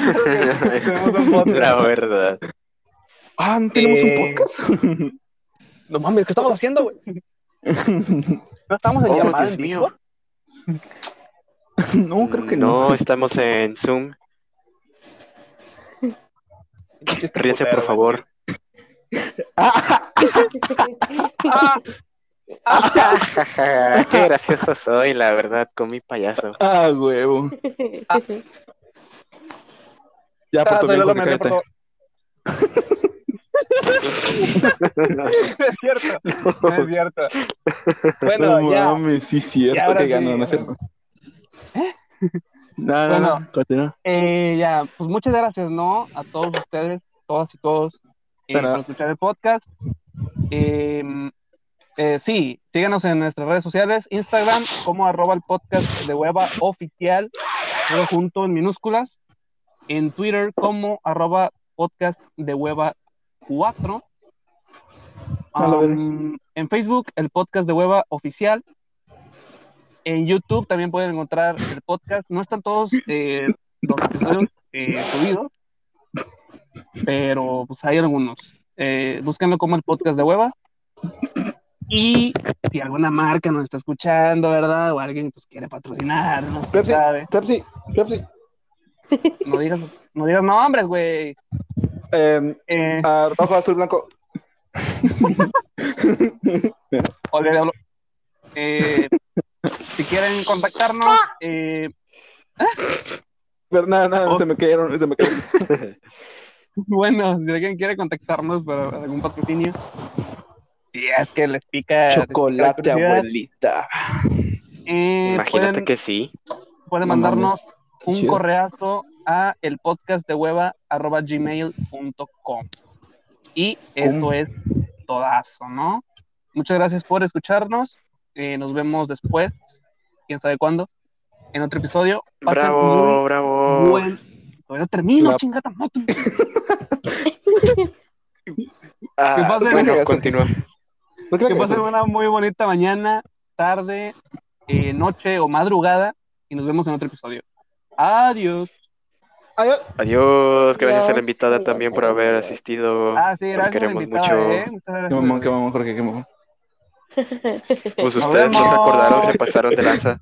A: tenemos un podcast.
B: La verdad.
C: Ah, ¿no tenemos
A: Eh,
C: un
A: No mames, ¿qué estamos haciendo, güey?
C: podcast?
A: No estamos en
B: Oh,
A: llamada
B: Dios
A: en
B: mío.
A: Discord?
C: no, creo que no.
B: No, estamos en Zoom.
A: Chiste
B: Ríense,
A: culero,
B: por
A: güey.
B: favor.
A: Ah,
B: Qué gracioso soy, la verdad, con mi payaso.
C: Ah, huevo. Ya,
A: ah,
C: por tu
A: soy
C: bien,
A: Lolo
C: Jorge,
A: Mendez, por
C: cállate.
A: favor. Es cierto, no es cierto. Bueno,
C: No
A: ya.
C: mames, sí,
A: Ya,
C: cierto
A: ahora
C: que
A: sí,
C: ganó, no
A: ahora
C: es cierto. No, no,
A: Bueno.
C: no, continúa.
A: Eh, ya, pues muchas gracias, ¿no? A todos ustedes, todas y todos, eh,
C: De nada.
A: por escuchar el podcast. Eh, eh, sí, síganos en nuestras redes sociales, Instagram, como arroba el podcast de hueva oficial, todo junto en minúsculas, en Twitter como arroba podcast de hueva 4,
C: A la verga.
A: Um, en Facebook, el podcast de hueva oficial, en YouTube también pueden encontrar el podcast, no están todos eh, los episodios eh, subidos, pero pues hay algunos. Eh, búsquenlo como el podcast de hueva. Y si alguna marca nos está escuchando, ¿verdad? O alguien pues quiere patrocinar, ¿no? ¿Quién
C: Pepsi.
A: sabe?
C: Pepsi, Pepsi.
A: No digas, no digas nombres, güey.
C: Eh,
A: Eh,
C: ah, rojo, azul, blanco.
A: ole, ole. Eh, si quieren contactarnos, eh,
C: Pero nada, nada,
A: Oh.
C: se me cayeron, se me cayeron.
A: bueno, si alguien quiere contactarnos para algún patrocinio, si es que les pica les pica la
C: Chocolate,
A: curiosidad,
C: abuelita.
A: eh,
B: Imagínate
A: pueden-
B: que sí.
A: pueden
C: No
A: mandarnos
C: Qué
A: un
C: chido.
A: correazo a el podcast de hueva Y esto
C: ¿Cómo?
A: es todazo, ¿no? Muchas gracias por escucharnos. Eh, nos vemos después, quién sabe cuándo, en otro episodio. Pasen
B: Bravo,
A: muy
B: bravo.
A: buen- Todavía no termino,
C: La-
A: chingada moto.
B: Ah,
A: Que pasen-
B: bueno, continúa.
C: ¿Por qué la
A: Que pasen
C: cayeron?
A: una muy bonita mañana, tarde, eh, noche o madrugada. Y nos vemos en otro episodio. Adiós.
C: Adiós.
B: Adiós, gracias a la
D: Adiós,
B: invitada
D: adiós,
B: también por
D: adiós,
B: haber
D: adiós.
B: asistido.
A: Ah, sí,
B: Los
A: gracias.
B: queremos
A: invitada,
B: mucho.
A: ¿eh? Muchas gracias.
C: Qué mamón, qué mamón, Jorge, qué mamón.
B: Pues
A: Nos
B: ustedes no se
A: vemos.
B: acordaron, se pasaron de lanza.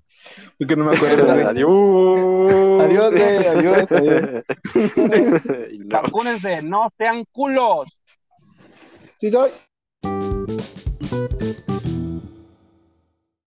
C: Es que no me acuerdo, güey.
B: Adiós.
C: Adiós, güey, adiós, adiós.
B: Ay, no.
A: Vacúnense, no sean culos.
C: Sí, soy.